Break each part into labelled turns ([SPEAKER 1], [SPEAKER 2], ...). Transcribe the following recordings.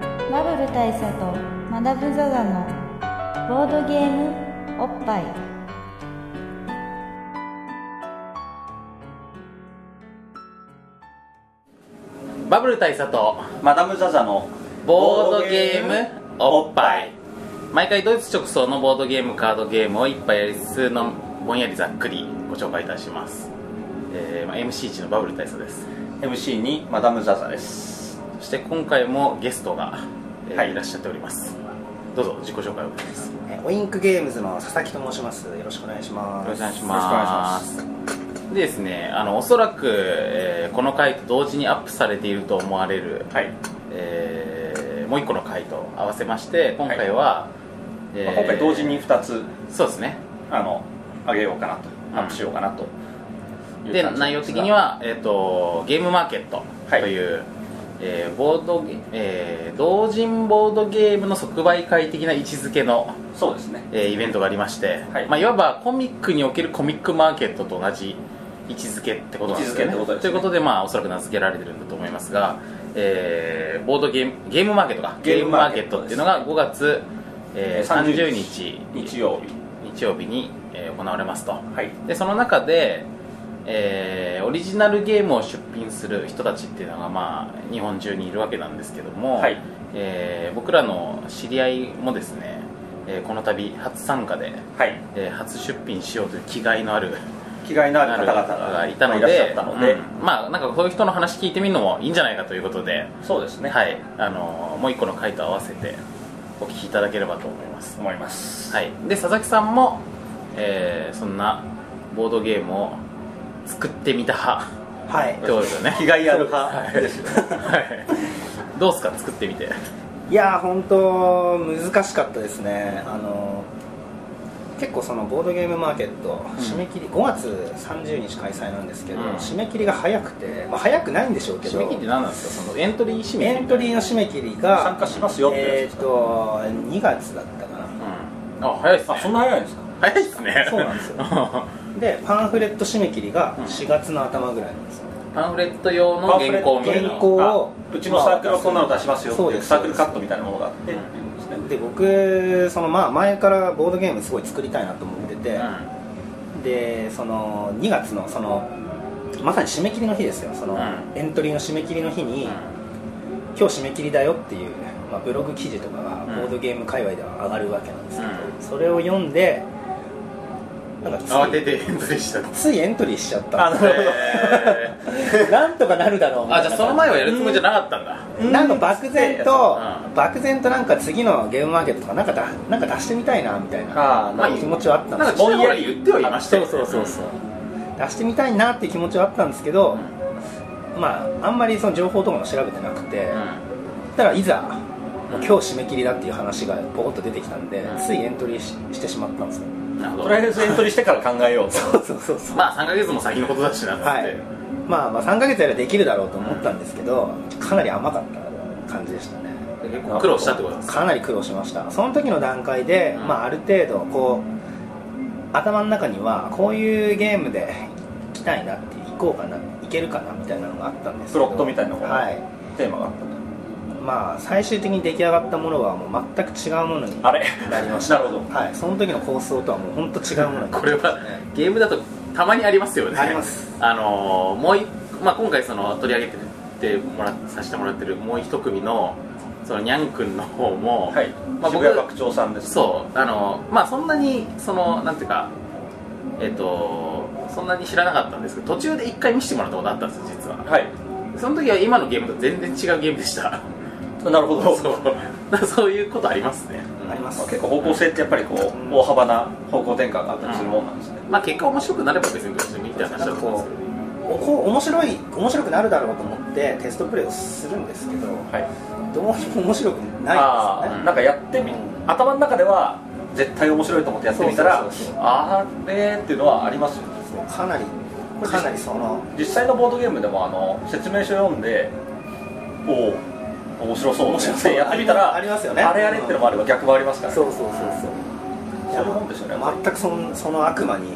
[SPEAKER 1] 部大佐とマダム・ザ・ザのボードゲームおっぱい
[SPEAKER 2] バブル大佐と
[SPEAKER 3] マダム・ザ・ザの
[SPEAKER 2] ボードゲームおっぱい毎回ドイツ直送のボードゲームカードゲームを一杯やりつつのぼんやりざっくりご紹介いたします、えーまあ、MC1 のバブル大佐です
[SPEAKER 3] MC にマダム・ザ・ザです
[SPEAKER 2] そして今回もゲストが、えー、
[SPEAKER 3] はいい
[SPEAKER 2] らっしゃっておりますどうぞ自己紹介をお願いしますよ
[SPEAKER 4] えーオインクゲームズの佐々木と申しますよろしくお願いします
[SPEAKER 2] ろしくお願いし
[SPEAKER 3] ま
[SPEAKER 2] ますでですねあのおそらく、えーこの回と同時にアップされていると思われる、
[SPEAKER 3] はい、
[SPEAKER 2] えーもう一個の回と合わせまして今回は、え
[SPEAKER 3] まあ
[SPEAKER 2] ー
[SPEAKER 3] 今回同時に2つ
[SPEAKER 2] そうですね
[SPEAKER 3] あの上げようかなと
[SPEAKER 2] うん
[SPEAKER 3] アップしようかなという
[SPEAKER 2] で
[SPEAKER 3] 感じなんすが
[SPEAKER 2] 内容的には、えー、とゲームマーケットと
[SPEAKER 3] はい
[SPEAKER 2] いう、えーボードゲえー同人ボードゲームの即売会的な位置づけの、
[SPEAKER 3] そうですね
[SPEAKER 2] えーイベントがありまして、
[SPEAKER 3] はい
[SPEAKER 2] まあ、いわばコミックにおけるコミックマーケットと同じ位置づけってことなんですよ
[SPEAKER 3] 位置づけってこと
[SPEAKER 2] ね。
[SPEAKER 3] ですね
[SPEAKER 2] ということで、まあ、おそらく名付けられてるんだと思いますが、えーボードゲームゲームマーケットか
[SPEAKER 3] ゲームマーケ
[SPEAKER 2] ゲ
[SPEAKER 3] ッ
[SPEAKER 2] ームマーケット
[SPEAKER 3] ト
[SPEAKER 2] っ
[SPEAKER 3] です
[SPEAKER 2] ていうのが5月、えー30
[SPEAKER 3] 30
[SPEAKER 2] 日
[SPEAKER 3] 日曜日
[SPEAKER 2] 日曜日に、えー行われますと。
[SPEAKER 3] はい
[SPEAKER 2] でその中で、えーオリジナルゲームを出品する人たちっていうのが、まあ、日本中にいるわけなんですけども、
[SPEAKER 3] はい
[SPEAKER 2] えー僕らの知り合いもですね、えーこの度初参加で、
[SPEAKER 3] はい
[SPEAKER 2] えー初出品しようという気概のある
[SPEAKER 3] 気概のあ
[SPEAKER 2] なる
[SPEAKER 3] る方
[SPEAKER 2] 方
[SPEAKER 3] 々
[SPEAKER 2] 々
[SPEAKER 3] が
[SPEAKER 2] がいたの
[SPEAKER 3] らっし
[SPEAKER 2] で
[SPEAKER 3] ゃったので、
[SPEAKER 2] うんまあなんかそういう人の話聞いてみるのもいいんじゃないかということで、
[SPEAKER 3] そうですね
[SPEAKER 2] はいあのーもう一個の回と合わせてお聞きいただければと思います
[SPEAKER 3] 思います
[SPEAKER 2] はい、で佐々木さんも、えーそんなボードゲームを作ってみた派
[SPEAKER 4] はい
[SPEAKER 2] ってことですよね
[SPEAKER 3] 気概ある派
[SPEAKER 2] そう
[SPEAKER 3] で
[SPEAKER 2] です
[SPEAKER 3] よ
[SPEAKER 2] はいどうすか作ってみて
[SPEAKER 4] いやー本当難しかったですねあのー結構そのボードゲームマーケット締め切り、5月30日開催なんですけど、
[SPEAKER 2] うん
[SPEAKER 4] 締め切りが早くて、まあ、早くないんでしょうけ
[SPEAKER 2] 締め切りって
[SPEAKER 4] ど
[SPEAKER 2] 何なんですかそのエントリー締め切り
[SPEAKER 4] エントリーの締め切りが
[SPEAKER 3] 参加しますよって
[SPEAKER 4] え
[SPEAKER 3] やつ
[SPEAKER 4] っ、と2月だったかな
[SPEAKER 2] うんあ早いっすね
[SPEAKER 3] あそんな早いんですか
[SPEAKER 2] 早いっすね
[SPEAKER 4] そうなんです よ
[SPEAKER 2] パ
[SPEAKER 4] でパンフレット締め切りが
[SPEAKER 2] うん
[SPEAKER 4] 4月の頭ぐらいなんですよ、
[SPEAKER 2] ンフレット用の原稿みたいな
[SPEAKER 4] 原稿を
[SPEAKER 3] あうちのサークルはこんなの出しますよって
[SPEAKER 4] そう
[SPEAKER 3] い
[SPEAKER 4] で
[SPEAKER 3] う
[SPEAKER 4] す
[SPEAKER 3] サークルカットみたいなものがあってっていうんですね
[SPEAKER 4] で僕そのまあ前からボードゲームすごい作りたいなと思ってて、
[SPEAKER 2] う
[SPEAKER 4] でその2月のそのまさに締め切りの日ですよその、
[SPEAKER 2] うん
[SPEAKER 4] エントリーの締め切りの日に、
[SPEAKER 2] ん
[SPEAKER 4] 今日締め切りだよっていう、まあ、ブログ記事とかが
[SPEAKER 2] ん
[SPEAKER 4] ボードゲーム界隈では上がるわけなんですけど、
[SPEAKER 2] う
[SPEAKER 4] それを読んでなんかつい
[SPEAKER 2] 慌ててエントリーしたんです
[SPEAKER 4] ついエントリーしちゃったんですよ
[SPEAKER 2] へー
[SPEAKER 4] なんとかなるだろうみた
[SPEAKER 2] あ
[SPEAKER 4] い
[SPEAKER 2] じ
[SPEAKER 4] な
[SPEAKER 2] ゃあその前はやるつもりじゃなかったんだ
[SPEAKER 4] なんか漠然と、
[SPEAKER 2] うん
[SPEAKER 4] 漠然となんか次のゲームマーケットとかなんかだなんか出してみたいなみたいな
[SPEAKER 3] ああ
[SPEAKER 2] まあ
[SPEAKER 4] 気持ちはあったんです
[SPEAKER 2] なんかぼんやり言ってはいましたよね
[SPEAKER 4] そうそうそうそう出してみたいなっていう気持ちはあったんですけど、まああんまりその情報とかも調べてなくて、
[SPEAKER 2] うん
[SPEAKER 4] だからいざもう今
[SPEAKER 2] うん
[SPEAKER 4] 日締め切りだっていう話がポコッと出てきたんで、
[SPEAKER 2] うん
[SPEAKER 4] ついエントリーししてしまったんですよ
[SPEAKER 2] なるほど
[SPEAKER 3] とりあえずエントリーしてから考えようと
[SPEAKER 4] そうそうそうそう
[SPEAKER 2] まあ3ヶ月も先のことだしなっつって、
[SPEAKER 4] はいまあ、まあ3ヶ月やればできるだろうと思ったんですけど、かなり甘かった感じでしたね
[SPEAKER 2] 結構苦労したってことですか
[SPEAKER 4] かなり苦労しましたその時の段階で、
[SPEAKER 2] うん
[SPEAKER 4] まあ、ある程度こう頭の中にはこういうゲームで行きたいなって行こうかな行けるかなみたいなのがあったんですけど
[SPEAKER 3] プロットみたいなのが
[SPEAKER 4] はい
[SPEAKER 3] テーマがあった
[SPEAKER 4] まあ最終的に出来上がったものはもう全く違うものに
[SPEAKER 3] とあれ
[SPEAKER 4] なりました
[SPEAKER 3] なるほど
[SPEAKER 4] はい、その時の構想とはもう本当違うものに
[SPEAKER 2] これはゲームだとたまにありますよね
[SPEAKER 4] あります
[SPEAKER 2] あのーもうい、まあ、今回その取り上げてもらさせてもらってるもう一組のそのにゃんくんの方も、
[SPEAKER 3] はい、
[SPEAKER 2] まあ、
[SPEAKER 3] 渋谷
[SPEAKER 2] 僕
[SPEAKER 3] 学長さんです
[SPEAKER 2] そうあのーまあそんなにそのなんていうかえっ、とそんなに知らなかったんですけど途中で一回見せてもらったことあったんですよ実は
[SPEAKER 3] はい
[SPEAKER 2] その時は今のゲームと全然違うゲームでした
[SPEAKER 3] なるほど
[SPEAKER 2] そうだからそういうことありますねうん
[SPEAKER 4] あります
[SPEAKER 3] 結構方向性ってやっぱりこう、大幅な方向転換があったりするもんなんですね、
[SPEAKER 2] まあ結果面白くなれば別にどうしてもいいって話だと
[SPEAKER 4] なんか
[SPEAKER 2] 思うんです
[SPEAKER 4] こ
[SPEAKER 2] けど
[SPEAKER 4] うおこう面白い面白くなるだろうと思ってテストプレイをするんですけど
[SPEAKER 3] はい
[SPEAKER 4] どうにも面白く
[SPEAKER 3] あ
[SPEAKER 4] ないんですよ
[SPEAKER 3] あ
[SPEAKER 4] ね
[SPEAKER 3] なんかやってみ、
[SPEAKER 4] うん
[SPEAKER 3] 頭の中では絶対面白いと思ってやってみたら
[SPEAKER 4] そうそうそうそう
[SPEAKER 3] あれっていうのはありますよね
[SPEAKER 4] かなりかなりその
[SPEAKER 3] 実際のボードゲームでもあの説明書読んでおお面白そう
[SPEAKER 4] 面白そう
[SPEAKER 3] ってやってみたら
[SPEAKER 4] ありますよね
[SPEAKER 3] あれあれってのもあれば逆もありますから、ね、
[SPEAKER 4] そうそうそうそう
[SPEAKER 3] そういうもんですよね
[SPEAKER 4] 全くそのその悪魔にも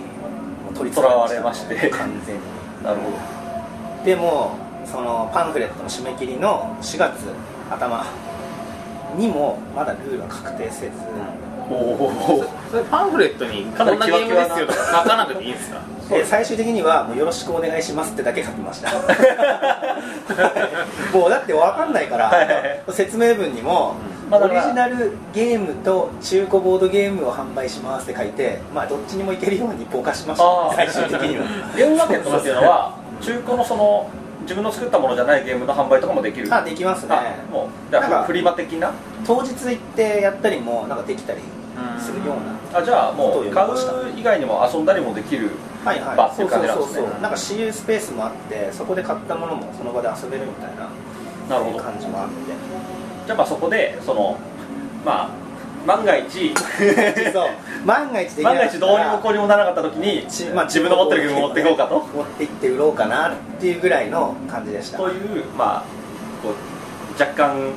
[SPEAKER 4] う取り
[SPEAKER 3] 囚われまして
[SPEAKER 4] 完全に
[SPEAKER 3] なるほど
[SPEAKER 4] でもそのパンフレットの締め切りの4月頭にもまだルールは確定せず、
[SPEAKER 3] おお
[SPEAKER 2] それパンフレットにこんなゲームですよとか書かなくていいんですか
[SPEAKER 4] で最終的にはもうよろしくお願いしますってだけ書きましたもうだって分かんないから、
[SPEAKER 3] はい
[SPEAKER 4] 説明文にも、
[SPEAKER 3] んまあだ
[SPEAKER 4] オ
[SPEAKER 3] か
[SPEAKER 4] リ
[SPEAKER 3] ら
[SPEAKER 4] ジナルゲームと中古ボードゲームを販売しますって書いてまあどっちにもいけるようにぼかしました
[SPEAKER 3] あー
[SPEAKER 4] 最終的 には
[SPEAKER 3] ゲームマーケットっていうのは中古のその自分の作ったものじゃないゲームの販売とかもできる
[SPEAKER 4] あできますね
[SPEAKER 3] あもうじゃあ
[SPEAKER 4] なんか
[SPEAKER 3] フリマ的な
[SPEAKER 4] 当日行ってやったりもなんかできたりするような、
[SPEAKER 3] あじゃあも
[SPEAKER 4] そう
[SPEAKER 3] う
[SPEAKER 4] よ
[SPEAKER 3] 買う以外にも遊んだりもできる
[SPEAKER 4] はいはい
[SPEAKER 3] バッてい
[SPEAKER 4] そううそ
[SPEAKER 3] 感
[SPEAKER 4] う
[SPEAKER 3] じなん
[SPEAKER 4] そ
[SPEAKER 3] ですね
[SPEAKER 4] うそうなんか私有スペースもあってそこで買ったものもその場で遊べるみたいな
[SPEAKER 3] なるほど
[SPEAKER 4] 感じもあって
[SPEAKER 3] じゃあまあそこでそのまあ万が 一
[SPEAKER 4] そう万が一できな
[SPEAKER 3] 万
[SPEAKER 4] か
[SPEAKER 3] が
[SPEAKER 4] った
[SPEAKER 3] 一
[SPEAKER 4] ら
[SPEAKER 3] どうにもこうにもならなかった時に
[SPEAKER 4] ちまあ
[SPEAKER 3] 自分の持ってるゲームを持っていこうかと
[SPEAKER 4] 持って行って売ろうかなっていうぐらいの感じでした
[SPEAKER 3] というまあこう若干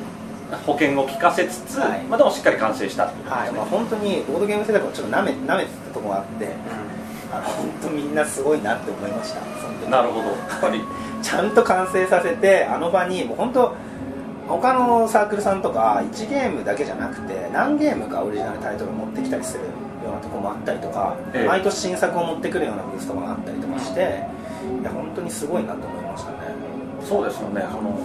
[SPEAKER 3] 保険を効かせつつ、
[SPEAKER 4] はい
[SPEAKER 3] まあでもしっかり完成したっていうことで
[SPEAKER 4] はい
[SPEAKER 3] すね
[SPEAKER 4] まあ、本当にボードゲーム世代もちょっとなめ舐めてたところがあってあの本当みんなすごいなって思いました本当に
[SPEAKER 3] なるほどやっぱり
[SPEAKER 4] ちゃんと完成させてあの場にもう本当他のサークルさんとか1ゲームだけじゃなくて何ゲームかオリジナルタイトルを持ってきたりするようなとこもあったりとか、
[SPEAKER 3] ええ
[SPEAKER 4] 毎年新作を持ってくるようなブースとかがあったりとかして、いや本当にすごいなと思いましたね
[SPEAKER 3] そうですよねその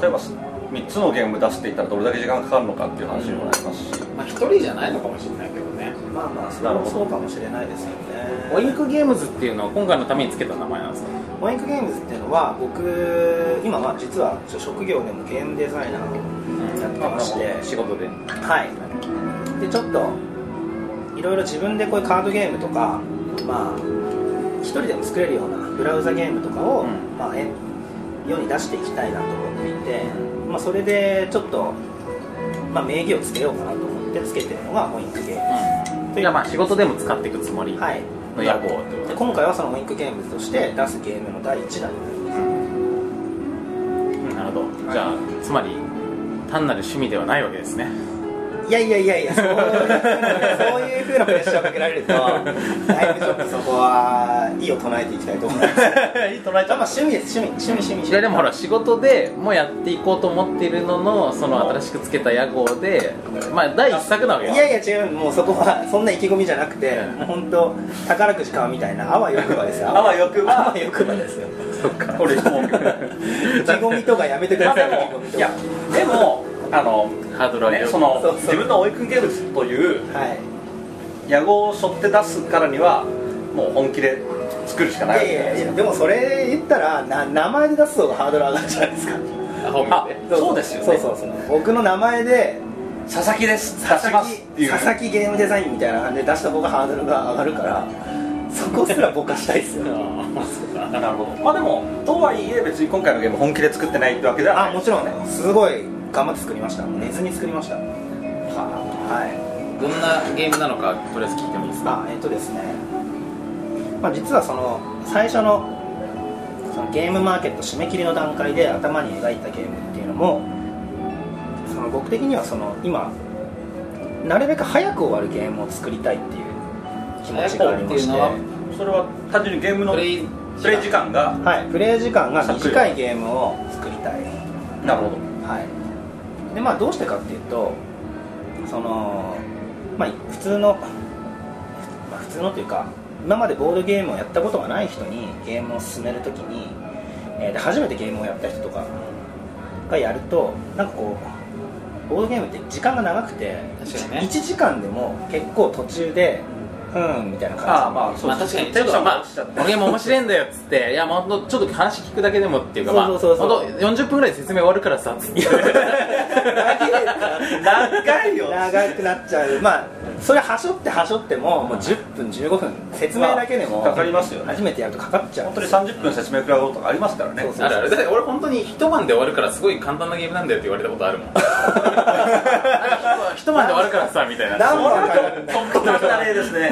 [SPEAKER 3] 例えば3つのゲーム出していったらどれだけ時間かかるのかっていう話にもなりますし、
[SPEAKER 2] まあ、一人じゃないのかもしれないけどね
[SPEAKER 4] まあまあそれもそうかもしれないですよね
[SPEAKER 2] オインクゲームズっていうのは今回のためにつけた名前なんですか
[SPEAKER 4] モインクゲームズっていうのは僕今まあ実はちょっと職業でもゲームデザイナーをやってまして
[SPEAKER 2] 仕事でうん
[SPEAKER 4] はいでちょっといろいろ自分でこういうカードゲームとかまあ一人でも作れるようなブラウザゲームとかを、
[SPEAKER 2] うん
[SPEAKER 4] まあ、え世に出していきたいなと思っていて、まあ、それでちょっと、まあ、名義をつけようかなと思ってつけてるのがモインクゲーム
[SPEAKER 2] いやまあ仕事でも使っていくつもりの
[SPEAKER 4] はい
[SPEAKER 2] 野望ってこ
[SPEAKER 4] で
[SPEAKER 2] と
[SPEAKER 4] 今回はそのモインクゲームズとして出すゲームの第1弾
[SPEAKER 2] なるほどじゃあつまり単なる趣味ではないわけですね
[SPEAKER 4] いやいやいやいや、そういうそういう風なプレッシャーをかけられると、だいぶちょっとそこは、意を唱えていきたい と思います。
[SPEAKER 3] いい捉えちゃ
[SPEAKER 4] まあ
[SPEAKER 3] い
[SPEAKER 4] まあ
[SPEAKER 3] まし
[SPEAKER 4] 趣味です、趣味、趣味、趣味。
[SPEAKER 2] いやでもほら仕事でもうやっていこうと思っているののその新しくつけた屋号でまあ第一作なわけ
[SPEAKER 4] い
[SPEAKER 2] よ
[SPEAKER 4] やいや違う、もうそこは、そんな意気込みじゃなくて、
[SPEAKER 2] うん
[SPEAKER 4] もう本当、宝くじ買うみたいな、あわよくばですよ。
[SPEAKER 3] あわよくば
[SPEAKER 4] あわよくばですよ。
[SPEAKER 3] たこれ質問
[SPEAKER 4] 意気込みとかやめてく
[SPEAKER 3] ま
[SPEAKER 4] だ
[SPEAKER 3] あ
[SPEAKER 4] さ
[SPEAKER 3] で
[SPEAKER 4] い、意気込み
[SPEAKER 3] も
[SPEAKER 4] と
[SPEAKER 3] い
[SPEAKER 4] か
[SPEAKER 3] や。でもあの
[SPEAKER 2] ハードル上げ
[SPEAKER 3] ね
[SPEAKER 2] よう
[SPEAKER 3] その
[SPEAKER 4] そうそう
[SPEAKER 3] 自分の追いかけるという
[SPEAKER 4] はい。
[SPEAKER 3] 野望を背負って出すからにはもう本気で作るしか
[SPEAKER 4] い
[SPEAKER 3] ないわ
[SPEAKER 4] や
[SPEAKER 3] け
[SPEAKER 4] い
[SPEAKER 3] じゃないで
[SPEAKER 4] やい
[SPEAKER 3] す
[SPEAKER 4] や、
[SPEAKER 3] か
[SPEAKER 4] でもそれ言ったら、な名前で出す方がハードル上がるじゃないですか。
[SPEAKER 2] 本
[SPEAKER 3] あ
[SPEAKER 2] 名で
[SPEAKER 3] そうですよね
[SPEAKER 4] そうそうそう。僕の名前で、
[SPEAKER 3] 佐々木です出し
[SPEAKER 4] 佐
[SPEAKER 3] ま
[SPEAKER 4] 々
[SPEAKER 3] すって
[SPEAKER 4] 木
[SPEAKER 3] いう
[SPEAKER 4] 佐々木ゲームデザインみたいな感じで出した方がハードルが上がるからそこすらぼかしたいっすよ
[SPEAKER 2] あそうか
[SPEAKER 3] なるほどまあでもとはいえ別に今回のゲーム本気で作ってないってわけではな
[SPEAKER 4] あ
[SPEAKER 3] い
[SPEAKER 4] もちろんねすごい頑張って作りました寝ずに作りました
[SPEAKER 3] は
[SPEAKER 4] はい
[SPEAKER 2] どんなゲームなのかとりあえず聞いてもいいですか
[SPEAKER 4] あえっとですね、まあ、実はその最初のそのゲームマーケット締め切りの段階で頭に描いたゲームっていうのもその僕的にはその今なるべく早く終わるゲームを作りたいっていう気持ちがあり
[SPEAKER 2] 早くっ
[SPEAKER 4] まして
[SPEAKER 2] ていうのは
[SPEAKER 3] それは単純にゲームの
[SPEAKER 2] プ
[SPEAKER 3] プ
[SPEAKER 2] レ
[SPEAKER 3] レイ
[SPEAKER 2] イ
[SPEAKER 3] 時間が
[SPEAKER 4] はい、プレイ時間が短いゲームを作りたい、
[SPEAKER 3] なるほど
[SPEAKER 4] はいでまあ、どうしてかっていうとその、まあ、普通の、まあ、普通のというか今までボードゲームをやったことがない人にゲームを進めるときに、えーで初めてゲームをやった人とかがやるとなんかこうボードゲームって時間が長くて
[SPEAKER 2] 確かにね
[SPEAKER 4] 1時間でも結構途中でうんみたいな感じ
[SPEAKER 3] ああまあそう
[SPEAKER 2] まあ確かに
[SPEAKER 3] テ
[SPEAKER 2] テ
[SPEAKER 3] ン
[SPEAKER 2] ン
[SPEAKER 3] シ
[SPEAKER 2] ショ
[SPEAKER 3] ョン
[SPEAKER 2] ン
[SPEAKER 3] が
[SPEAKER 2] ま
[SPEAKER 3] 落ちちゃっ
[SPEAKER 2] あ
[SPEAKER 3] て
[SPEAKER 2] このゲーム面白いんだよっつっていやもうほんとちょっと話聞くだけでもっていうかまあ
[SPEAKER 4] そうそうそうそう
[SPEAKER 2] ほんと40分ぐらいで説明終わるからさつって
[SPEAKER 3] 長いよ
[SPEAKER 4] 長くなっちゃうまあそれはしょってはしょってももう10分15分説明だけでも
[SPEAKER 3] まあかかりますよね
[SPEAKER 4] 初めてやるとかかっちゃう
[SPEAKER 3] 本当に30分説明食らうことがありますからね
[SPEAKER 4] そうそう
[SPEAKER 2] あるあるだって俺本当に一晩で終わるからすごい簡単なゲームなんだよって言われたことある もん一晩で終わるからさみたいな
[SPEAKER 4] 何
[SPEAKER 3] これ
[SPEAKER 4] 本かか
[SPEAKER 3] はちょ
[SPEAKER 4] るんだ
[SPEAKER 3] っと特殊な例で すね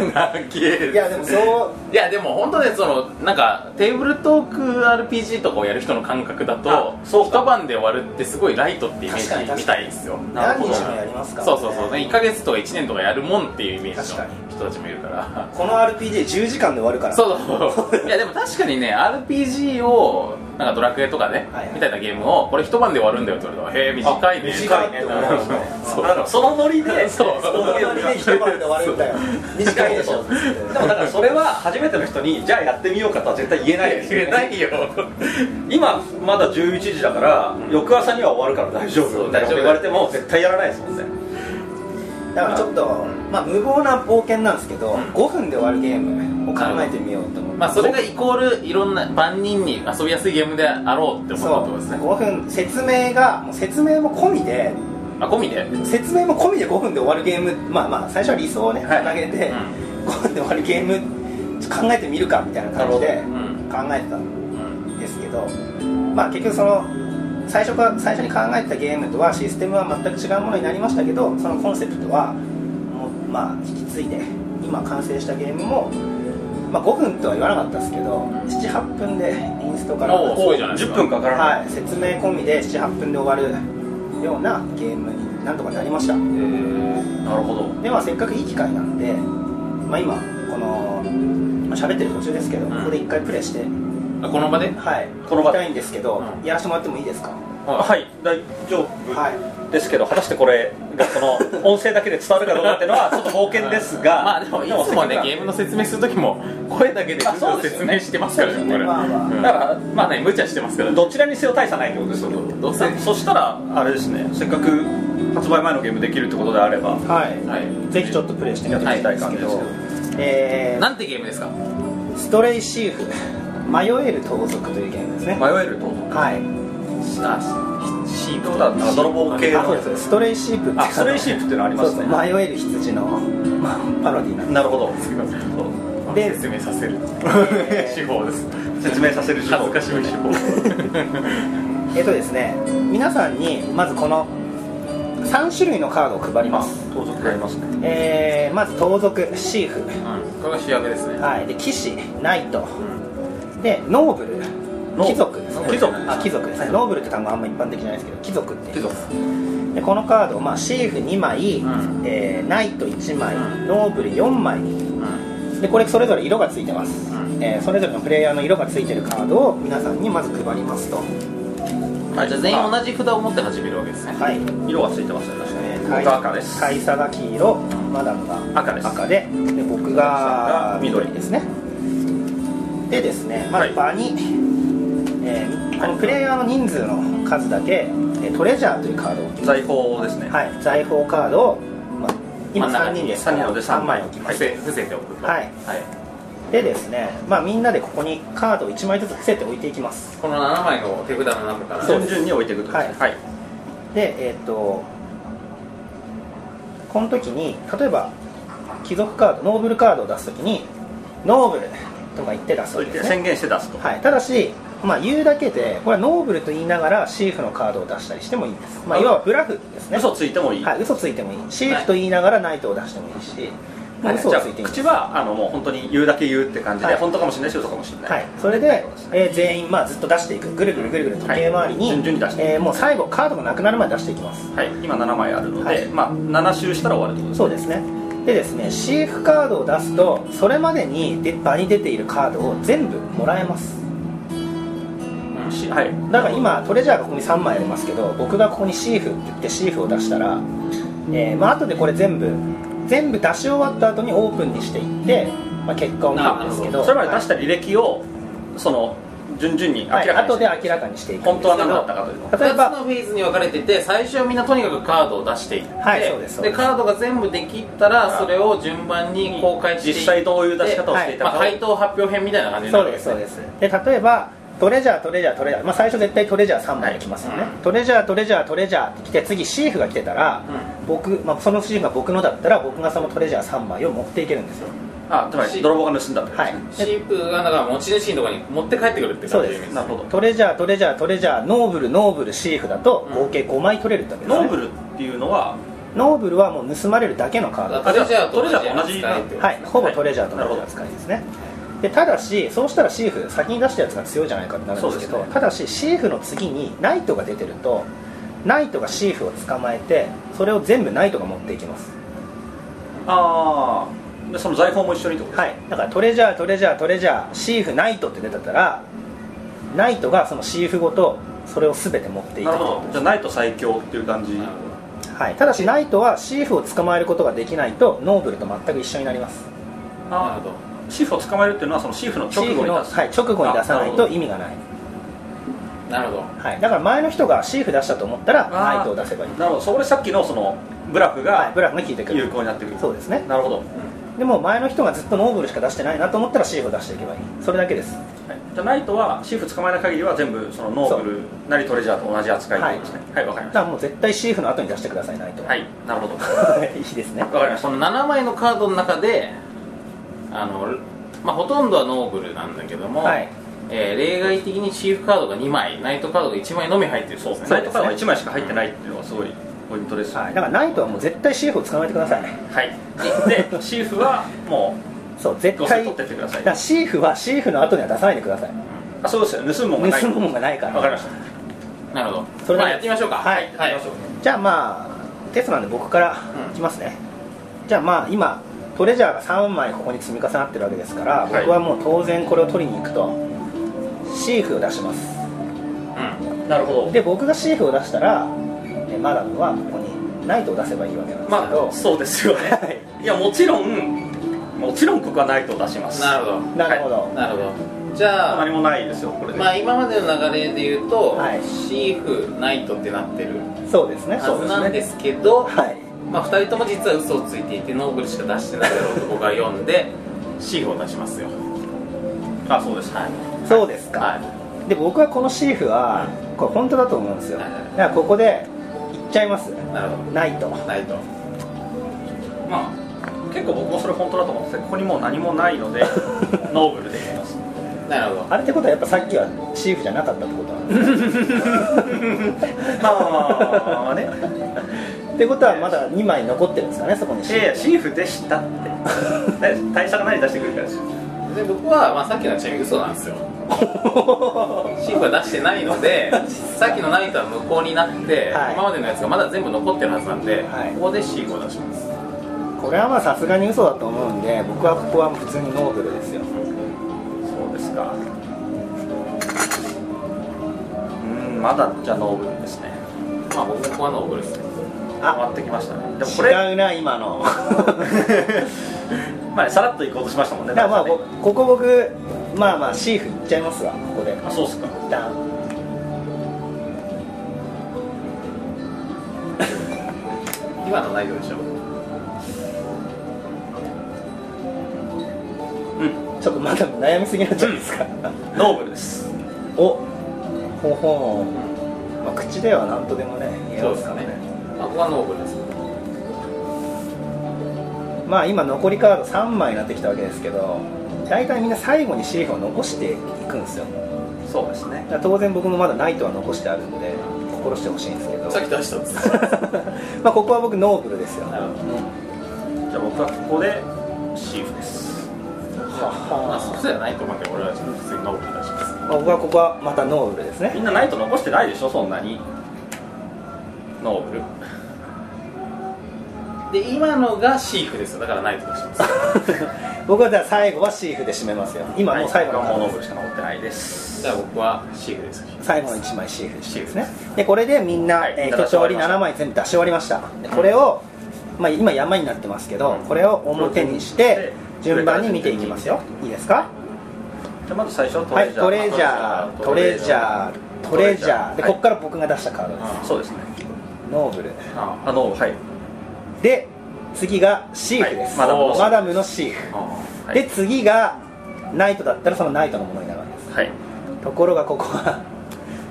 [SPEAKER 4] いやでもそう
[SPEAKER 2] いやでも本当ねそのなんかテーブルトーク RPG とかをやる人の感覚だと
[SPEAKER 3] あそうか
[SPEAKER 2] 一晩で終わるってすごいライトってイメ
[SPEAKER 4] 確かに確
[SPEAKER 2] ー
[SPEAKER 4] か
[SPEAKER 2] ジみた
[SPEAKER 4] に
[SPEAKER 2] いですよ
[SPEAKER 3] なる
[SPEAKER 4] 何
[SPEAKER 3] ほ
[SPEAKER 4] 日
[SPEAKER 3] ど
[SPEAKER 4] もやりますから、
[SPEAKER 2] そうそうそう1か月とか1年とかやるもんっていうイメージ
[SPEAKER 4] 確か
[SPEAKER 2] の人たちもいるから
[SPEAKER 4] この RPG10 時間で終わるから
[SPEAKER 2] そうそういやでも確かにね RPG をなんかドラクエとかね、
[SPEAKER 4] はいはい
[SPEAKER 2] みたいなゲームをこれ一晩で終わるんだよって言われたらへえ短いね
[SPEAKER 4] 短いね
[SPEAKER 2] うん
[SPEAKER 4] なるほど
[SPEAKER 2] そう
[SPEAKER 3] なんかそのノリで
[SPEAKER 2] そう
[SPEAKER 3] ボードゲームが
[SPEAKER 4] 一晩で終わるんだよ短いでしょつって
[SPEAKER 3] でもだからそれは初めての人にじゃあやってみようかとは絶対言えないですよ
[SPEAKER 2] 言えないよ
[SPEAKER 3] 今まだ11時だから翌朝には終わるから大丈
[SPEAKER 2] そう
[SPEAKER 3] 夫みたいなこと言われても絶対やらないですもんね
[SPEAKER 4] だからちょっと、まあ、無謀な冒険なんですけど、
[SPEAKER 2] うん
[SPEAKER 4] 5分で終わるゲームを考えてみようと思って
[SPEAKER 2] まあそれがイコールいろんな万人に遊びやすいゲームであろうって思ったってことですね
[SPEAKER 4] そう5分説明がもう説明も込みで
[SPEAKER 2] あ込みで
[SPEAKER 4] 説明も込みで5分で終わるゲームまあまあ最初は理想をね
[SPEAKER 3] はい
[SPEAKER 4] 掲げて、
[SPEAKER 2] う
[SPEAKER 4] 5分で終わるゲームちょっと考えてみるかみたいな感じで
[SPEAKER 3] なる
[SPEAKER 2] うん
[SPEAKER 4] 考えてたん
[SPEAKER 2] うん
[SPEAKER 4] ですけどまあ結局その最初か最初に考えてたゲームとはシステムは全く違うものになりましたけどそのコンセプトはもうまあ引き継いで今完成したゲームも、まあ、5分とは言わなかったですけど78分でインストから
[SPEAKER 2] おーすごいじゃないです
[SPEAKER 3] 10
[SPEAKER 2] か
[SPEAKER 3] 分かからない
[SPEAKER 4] はい、説明込みで78分で終わるようなゲームになんとかなりました
[SPEAKER 3] えーなるほど
[SPEAKER 4] でまあせっかくいい機会なんで、まあ、今このまあ喋ってる途中ですけど、
[SPEAKER 2] ん
[SPEAKER 4] ここで一回プレイして
[SPEAKER 2] あこの場で
[SPEAKER 4] はい
[SPEAKER 3] この場
[SPEAKER 4] やりたいんですけど、
[SPEAKER 2] うん
[SPEAKER 4] やらせてもらってもいいですかは
[SPEAKER 3] はい大丈
[SPEAKER 4] い
[SPEAKER 3] 夫ですけど果たしてこれがこの音声だけで伝わるかどうかってい うのはちょっと冒険ですが
[SPEAKER 2] まあでもいつもねゲームの説明するときも声だけでずっ
[SPEAKER 3] あそ
[SPEAKER 2] と
[SPEAKER 3] うです
[SPEAKER 2] 説
[SPEAKER 3] よ
[SPEAKER 2] 明
[SPEAKER 3] ね
[SPEAKER 2] してますからねこれ
[SPEAKER 4] まあまあ
[SPEAKER 2] うん
[SPEAKER 3] だから
[SPEAKER 2] まあね無茶してますからね
[SPEAKER 3] どちらにせよ大差ないってことですよ
[SPEAKER 2] どうせ
[SPEAKER 3] そしたらあれですねせっかく発売前のゲームできるってことであれば
[SPEAKER 4] はい、
[SPEAKER 2] はい
[SPEAKER 4] ぜひちょっとプレイしてみ
[SPEAKER 3] やっててみ
[SPEAKER 4] ほしいん
[SPEAKER 3] た
[SPEAKER 4] で
[SPEAKER 3] い感
[SPEAKER 4] すけ
[SPEAKER 3] じで
[SPEAKER 4] ど
[SPEAKER 3] すけど、
[SPEAKER 4] え
[SPEAKER 2] なんてゲームですか
[SPEAKER 4] ー、ストレイシーフ迷える盗賊というゲームですね、
[SPEAKER 3] 迷えると
[SPEAKER 4] はい
[SPEAKER 2] あシシート
[SPEAKER 3] どうだったか泥棒系
[SPEAKER 4] あそう
[SPEAKER 3] の
[SPEAKER 4] ですストレイシープって
[SPEAKER 3] あストレイシー
[SPEAKER 4] プ
[SPEAKER 3] プっていうのありますね
[SPEAKER 4] 迷える羊の、まあ、パロディなんで
[SPEAKER 3] なるほど
[SPEAKER 2] すいませんそう
[SPEAKER 4] で
[SPEAKER 2] 説明させる
[SPEAKER 4] えー
[SPEAKER 2] 手法です
[SPEAKER 3] 説明させる手
[SPEAKER 2] 恥
[SPEAKER 3] 法
[SPEAKER 2] ずかしい手法
[SPEAKER 4] えっとですね皆さんにまずこの3種類のカードを配ります、
[SPEAKER 3] 盗賊がいますね
[SPEAKER 4] えーまず盗賊シーフ、
[SPEAKER 2] うんこれが主役ですね
[SPEAKER 4] はい、で騎士ナイト
[SPEAKER 2] うん
[SPEAKER 4] でノーブル
[SPEAKER 3] ノー
[SPEAKER 4] 貴族ですね
[SPEAKER 3] 貴族
[SPEAKER 4] あ貴族ですねノーブルって単語はあんま一般的じゃないですけど貴族って
[SPEAKER 3] 貴
[SPEAKER 4] いう
[SPEAKER 3] 族
[SPEAKER 4] でこのカードを、まあ、シーフ2枚、
[SPEAKER 2] うん
[SPEAKER 4] えーナイト1枚
[SPEAKER 2] うん
[SPEAKER 4] ノーブル4枚
[SPEAKER 2] うん
[SPEAKER 4] でこれそれぞれ色がついてます、
[SPEAKER 2] うん
[SPEAKER 4] えーそれぞれのプレイヤーの色がついてるカードを皆さんにまず配りますと
[SPEAKER 2] あじゃあ全員同じ札を持って始めるわけですね
[SPEAKER 4] はい
[SPEAKER 3] 色がついてますね確か
[SPEAKER 4] え
[SPEAKER 3] に
[SPEAKER 4] ー
[SPEAKER 3] 僕は赤です
[SPEAKER 4] カイサが黄色マダムが
[SPEAKER 3] 赤です
[SPEAKER 4] 赤でで僕が緑ですねでですねま
[SPEAKER 3] は
[SPEAKER 4] ず
[SPEAKER 3] い
[SPEAKER 4] 場に、えーこのプレイヤーの人数の数だけ、えートレジャーというカードを置きま
[SPEAKER 3] 財宝ですね
[SPEAKER 4] す、はい、財宝カードを、まあ、今
[SPEAKER 2] 真ん中
[SPEAKER 4] 3
[SPEAKER 2] に
[SPEAKER 4] 人です
[SPEAKER 3] 3人なので3
[SPEAKER 4] 3枚
[SPEAKER 3] 枚
[SPEAKER 4] 置きま
[SPEAKER 2] 伏せ伏せておくと
[SPEAKER 4] はいすでですね、まあ、みんなでここにカードを1枚ずつ伏せて置いていきます
[SPEAKER 2] この7枚の手札の中から
[SPEAKER 3] 順々に置いていくと
[SPEAKER 4] はい
[SPEAKER 3] はい
[SPEAKER 4] でえーっとこの時に例えば貴族カードノーブルカードを出す時にノーブルとか言って出す
[SPEAKER 3] そ
[SPEAKER 4] わ
[SPEAKER 3] う
[SPEAKER 4] け
[SPEAKER 3] 言って
[SPEAKER 4] ですね
[SPEAKER 3] 宣言して出すと
[SPEAKER 4] はい、ただし、まあ、言うだけでこれはノーブルと言いながらシーフのカードを出したりしてもいいんです、まあ、いわばブラフですね
[SPEAKER 3] 嘘ついてもいい
[SPEAKER 4] はい、嘘ついてもいいシーフと言いながらナイトを出してもいいし、ま
[SPEAKER 3] は
[SPEAKER 4] あ、
[SPEAKER 3] い
[SPEAKER 4] 嘘を
[SPEAKER 3] じゃあ
[SPEAKER 4] ついてもいい
[SPEAKER 3] 口はあのもう本当に言うだけ言うって感じ
[SPEAKER 4] は
[SPEAKER 3] で
[SPEAKER 4] い
[SPEAKER 3] 本当かもしれないし嘘かもしれない
[SPEAKER 4] はい、それで、えー全員、まあ、ずっと出していくぐるぐるぐるぐる時計回りに,、
[SPEAKER 3] はい順々に出してい
[SPEAKER 4] えーもう最後カードがなくなるまで出していきます
[SPEAKER 3] はい、今7枚あるので、
[SPEAKER 4] はい
[SPEAKER 3] まあ、7周したら終わるってこと
[SPEAKER 4] そうですねでですねシーフカードを出すとそれまでにで場に出ているカードを全部もらえます
[SPEAKER 3] ですしはい
[SPEAKER 4] だから今トレジャーがここに3枚ありますけど僕がここにシーフって言ってシーフを出したら、えーまあ後でこれ全部全部出し終わった後にオープンにしていって、まあ、結果を見るんですけど
[SPEAKER 3] それまで出したた履歴をその順々に明らかに
[SPEAKER 4] はい、
[SPEAKER 3] して、
[SPEAKER 4] 後で明らかにしていくんですけど
[SPEAKER 3] 本当は何だったかというのを
[SPEAKER 4] 例え
[SPEAKER 2] 2
[SPEAKER 4] ば
[SPEAKER 2] つのフェーズに分かれてて最初はみんなとにかくカードを出していって、
[SPEAKER 4] はいそうですそうです
[SPEAKER 2] カードが全部できたらそれを順番に公開していって
[SPEAKER 3] 実際どういう出し方をしていた
[SPEAKER 2] まあ、
[SPEAKER 3] かを、
[SPEAKER 2] 回答発表編みたいな感じにな
[SPEAKER 4] そう
[SPEAKER 2] る
[SPEAKER 4] ですそうですで例えばトレジャートレジャートレジャー、まあ、最初絶対トレジャー3枚来ますよね、
[SPEAKER 2] はい
[SPEAKER 4] トレジャートレジャートレジャーって来て次シーフが来てたら、僕、まあ、そのシーフが僕のだったら僕がそのトレジャー3枚を持っていけるんですよ
[SPEAKER 3] あつまり泥棒が盗んだってこと
[SPEAKER 4] は
[SPEAKER 3] です
[SPEAKER 4] い
[SPEAKER 3] ね、
[SPEAKER 2] シープがだから持ち主のところに持って帰ってくるって
[SPEAKER 4] そう
[SPEAKER 2] 感じ
[SPEAKER 4] です
[SPEAKER 3] なるほど
[SPEAKER 4] トレジャートレジャートレジャーノーブルノーブルシーフだと
[SPEAKER 2] うん
[SPEAKER 4] 合計5枚取れるってわけです、ね
[SPEAKER 3] ノーブルっていうのは
[SPEAKER 4] ノーブルはもう盗まれるだけのカード
[SPEAKER 2] トレジャーと
[SPEAKER 3] トレジャーと同じ
[SPEAKER 2] 扱いってこと
[SPEAKER 4] は
[SPEAKER 2] で
[SPEAKER 4] い
[SPEAKER 2] すね
[SPEAKER 4] ほぼトレジャーと同じ扱いですね、でただしそうしたらシーフ先に出したやつが強いじゃないかってなるんですけど
[SPEAKER 3] そうですね
[SPEAKER 4] ただしシーフの次にナイトが出てるとナイトがシーフを捕まえてそれを全部ナイトが持っていきます
[SPEAKER 3] ああでその財宝も一緒にってこと
[SPEAKER 4] はいだからトレジャートレジャートレジャーシーフナイトって出てたらナイトがそのシーフごとそれを全て持って
[SPEAKER 3] です
[SPEAKER 4] いく
[SPEAKER 3] なるほどじゃあないと最強っていう感じ
[SPEAKER 2] なるほど
[SPEAKER 4] どはい、ただしナイトはシーフを捕まえることができないとノーブルと全く一緒になります
[SPEAKER 2] なる
[SPEAKER 3] あ
[SPEAKER 2] ほど
[SPEAKER 3] シーフを捕まえるっていうのはそのシーフの
[SPEAKER 4] シ
[SPEAKER 3] 直
[SPEAKER 4] ー
[SPEAKER 3] 後
[SPEAKER 4] フ
[SPEAKER 3] に
[SPEAKER 4] の、
[SPEAKER 3] 出す
[SPEAKER 4] はい、直後に出さな
[SPEAKER 3] あ
[SPEAKER 4] いと
[SPEAKER 3] るほ
[SPEAKER 4] 意味がない、
[SPEAKER 2] なるほど
[SPEAKER 4] はい、だから前の人がシーフ出したと思ったら
[SPEAKER 3] あー
[SPEAKER 4] ナイトを出せばいい
[SPEAKER 3] どなるほどそこでさっきのそのブラフ
[SPEAKER 4] はい、
[SPEAKER 3] が
[SPEAKER 4] ブラフが効いてく
[SPEAKER 3] 有
[SPEAKER 4] る
[SPEAKER 3] 効になってくる
[SPEAKER 4] そうですね
[SPEAKER 3] なるほど
[SPEAKER 4] でも前の人がずっとノーブルしか出してないなと思ったらシーフを出していけばいいそれだけです
[SPEAKER 3] はいじゃあナイトはシーフ捕まえない限りは全部そのノーブルなりトレジャーと同じ扱いってことですねはいわ、かり
[SPEAKER 4] だ
[SPEAKER 3] まし
[SPEAKER 4] からもう絶対シーフの後に出してくださいナイト
[SPEAKER 3] た
[SPEAKER 4] は
[SPEAKER 3] はいなるほどわ
[SPEAKER 4] いいですね
[SPEAKER 3] かりまし
[SPEAKER 2] その7枚のカードの中であの、まあ、ほとんどはノーブルなんだけども、
[SPEAKER 4] はい
[SPEAKER 2] えー例外的にチーフカードが2枚ナイトカードが1枚のみ入ってるそうです
[SPEAKER 3] た
[SPEAKER 2] ね
[SPEAKER 3] ナイトからは1枚しか入ってないっていうのがすごいポイントです
[SPEAKER 4] はい、だからナイトはもう絶対シーフを捕まえてください
[SPEAKER 3] はいででシーフはも
[SPEAKER 4] そう
[SPEAKER 3] う
[SPEAKER 4] 絶
[SPEAKER 3] どうせ
[SPEAKER 4] 対
[SPEAKER 3] 取ってってくださ
[SPEAKER 4] だ
[SPEAKER 3] い
[SPEAKER 4] からシーフはシーフの後には出さないでください
[SPEAKER 3] あそうですよ盗むもんがない
[SPEAKER 4] 盗むもんがないから
[SPEAKER 3] わかりました
[SPEAKER 2] なるほ
[SPEAKER 4] そ
[SPEAKER 2] ど
[SPEAKER 4] れだけ
[SPEAKER 2] まあやってみましょうか
[SPEAKER 4] はい
[SPEAKER 2] はい
[SPEAKER 3] やってみまし
[SPEAKER 4] じゃあまあテストなんで僕からいきますね、じゃあまあ今トレジャーが3枚ここに積み重なってるわけですから、
[SPEAKER 3] はい
[SPEAKER 4] 僕はもう当然これを取りに行くとシーフを出します
[SPEAKER 2] うん
[SPEAKER 3] なるほど
[SPEAKER 4] で僕がシーフを出したらえマダムはここにナイトを出せばいいわけなんですけ
[SPEAKER 3] ま
[SPEAKER 4] ど
[SPEAKER 3] あ、そうですよね
[SPEAKER 4] はい
[SPEAKER 3] いやもちろんもちろんここはナイトを出します
[SPEAKER 2] なるほ
[SPEAKER 4] なるほど、
[SPEAKER 2] どなるほどじゃあ
[SPEAKER 3] 何もないですよこれで、
[SPEAKER 2] まあ今までの流れで言うと、
[SPEAKER 4] はい
[SPEAKER 2] シーフナイトってなってる
[SPEAKER 4] そうですね
[SPEAKER 2] はず
[SPEAKER 4] そう
[SPEAKER 2] な
[SPEAKER 4] ね
[SPEAKER 2] んですけど
[SPEAKER 4] はい
[SPEAKER 2] まあ、2人とも実は嘘をついていてノーブルしか出してないだろうと僕は読んでシーフを出しますよ
[SPEAKER 3] あそうですはい
[SPEAKER 4] そうですか、
[SPEAKER 2] は
[SPEAKER 4] で僕はこのシーフはこれ本当だと思うんですよ
[SPEAKER 2] は
[SPEAKER 4] だ
[SPEAKER 2] いはい
[SPEAKER 4] からここで行っちゃいます
[SPEAKER 2] いなるほ
[SPEAKER 4] ナイト
[SPEAKER 2] どないと
[SPEAKER 3] まあ結構僕もそれ本当だと思っててここにもう何もないのでノーブルでいきます
[SPEAKER 2] なるほ
[SPEAKER 4] あれってことはやっぱさっきはシーフじゃなかったってことなんです
[SPEAKER 3] まあまあまあまあまあね
[SPEAKER 4] ねってことはまだ2枚残ってるんですかねそこに
[SPEAKER 3] いやいやシーフでしたって ね大佐が何出してくるからですよ
[SPEAKER 2] どで僕は、まあ、さっきのはちなみに嘘なんですよシーフは出してないのでさっきのナイトは無効になって、
[SPEAKER 4] はい
[SPEAKER 2] 今までのやつがまだ全部残ってるはずなんで、
[SPEAKER 4] はい
[SPEAKER 2] ここでシーフを出します
[SPEAKER 4] これはまあさすがに嘘だと思うんで僕はここは普通にノーブルですよ
[SPEAKER 3] そうですかうんまだじゃあノーブルですね
[SPEAKER 2] まあ僕もここはノーブルですね
[SPEAKER 3] 回
[SPEAKER 4] あ
[SPEAKER 3] ってきましたねでもこれ
[SPEAKER 4] 違うな 今の
[SPEAKER 3] まあねさらっと行こうとしましたもんね
[SPEAKER 4] だからまあ
[SPEAKER 3] 大佐
[SPEAKER 4] こ
[SPEAKER 3] ね
[SPEAKER 4] ここ僕まあまあシーフいっちゃいますわここで
[SPEAKER 3] あそうっすか
[SPEAKER 4] 一旦
[SPEAKER 2] 今のナイトでしょ
[SPEAKER 3] うん
[SPEAKER 4] ちょっとまだ悩みすぎなんじゃないですか、
[SPEAKER 3] ノーブルです
[SPEAKER 4] おほほん、まあ、口では何とでもね言え
[SPEAKER 2] そう
[SPEAKER 4] ま
[SPEAKER 2] ですす
[SPEAKER 4] か
[SPEAKER 2] からね
[SPEAKER 4] ね
[SPEAKER 2] まあここはノーブルです
[SPEAKER 4] まあ今残りカード3枚になってきたわけですけど大体みんな最後にシーフを残していくんですよだ
[SPEAKER 3] そうですね
[SPEAKER 4] から当然僕もまだナイトは残してあるんで心してほしいんですけど
[SPEAKER 2] さっき出したんです
[SPEAKER 4] まあここは僕ノーブルですよ
[SPEAKER 2] な
[SPEAKER 4] は
[SPEAKER 2] るほど
[SPEAKER 3] じゃあ僕はここでシーフです
[SPEAKER 2] まあ、そう
[SPEAKER 4] は
[SPEAKER 2] じゃないと思うけど、俺は普通にノーブル出します。
[SPEAKER 4] まあ僕はここはまたノーブルです
[SPEAKER 3] み
[SPEAKER 4] ね
[SPEAKER 3] んなナイト残してないでしょそんなにノーブル
[SPEAKER 2] で、今のがシーフですよ。だからないと出します。
[SPEAKER 4] 僕はじゃあ最後はシーフで締めますよ今もう最後の
[SPEAKER 3] は
[SPEAKER 4] カ
[SPEAKER 3] い
[SPEAKER 4] ー
[SPEAKER 3] ノ
[SPEAKER 4] ド
[SPEAKER 3] ー
[SPEAKER 4] で
[SPEAKER 3] ブ
[SPEAKER 4] す
[SPEAKER 3] ルしか残ってないです
[SPEAKER 2] じゃあ僕はシーフですよ。
[SPEAKER 4] 最後の1枚シーフで
[SPEAKER 3] シー
[SPEAKER 4] す
[SPEAKER 3] フ
[SPEAKER 4] ね
[SPEAKER 3] で
[SPEAKER 4] でこれでみんな、
[SPEAKER 3] はいみ
[SPEAKER 4] えー
[SPEAKER 3] んな
[SPEAKER 4] 一
[SPEAKER 3] 出し
[SPEAKER 4] 通
[SPEAKER 3] 終わ
[SPEAKER 4] り
[SPEAKER 3] りました
[SPEAKER 4] 7枚全部出し終わりましたでこれを、まあ、今山になってますけど、これを表にして
[SPEAKER 3] うん
[SPEAKER 4] 順番に見ていきますよいいですか
[SPEAKER 3] じゃあまず最初はト
[SPEAKER 4] はい
[SPEAKER 3] レジャー、
[SPEAKER 4] トレジャートレジャートレジャーで
[SPEAKER 3] はい
[SPEAKER 4] ここから僕が出したカードです、
[SPEAKER 3] そうですね
[SPEAKER 4] ノーブル
[SPEAKER 2] あ
[SPEAKER 3] あノーブルはい
[SPEAKER 4] で次がシーフです、
[SPEAKER 3] はいマダムのシーフ
[SPEAKER 4] マダムのシーフ、
[SPEAKER 3] はい
[SPEAKER 4] で次がナイトだったらそのナイトのものになるわけです
[SPEAKER 3] はい
[SPEAKER 4] ところがここ は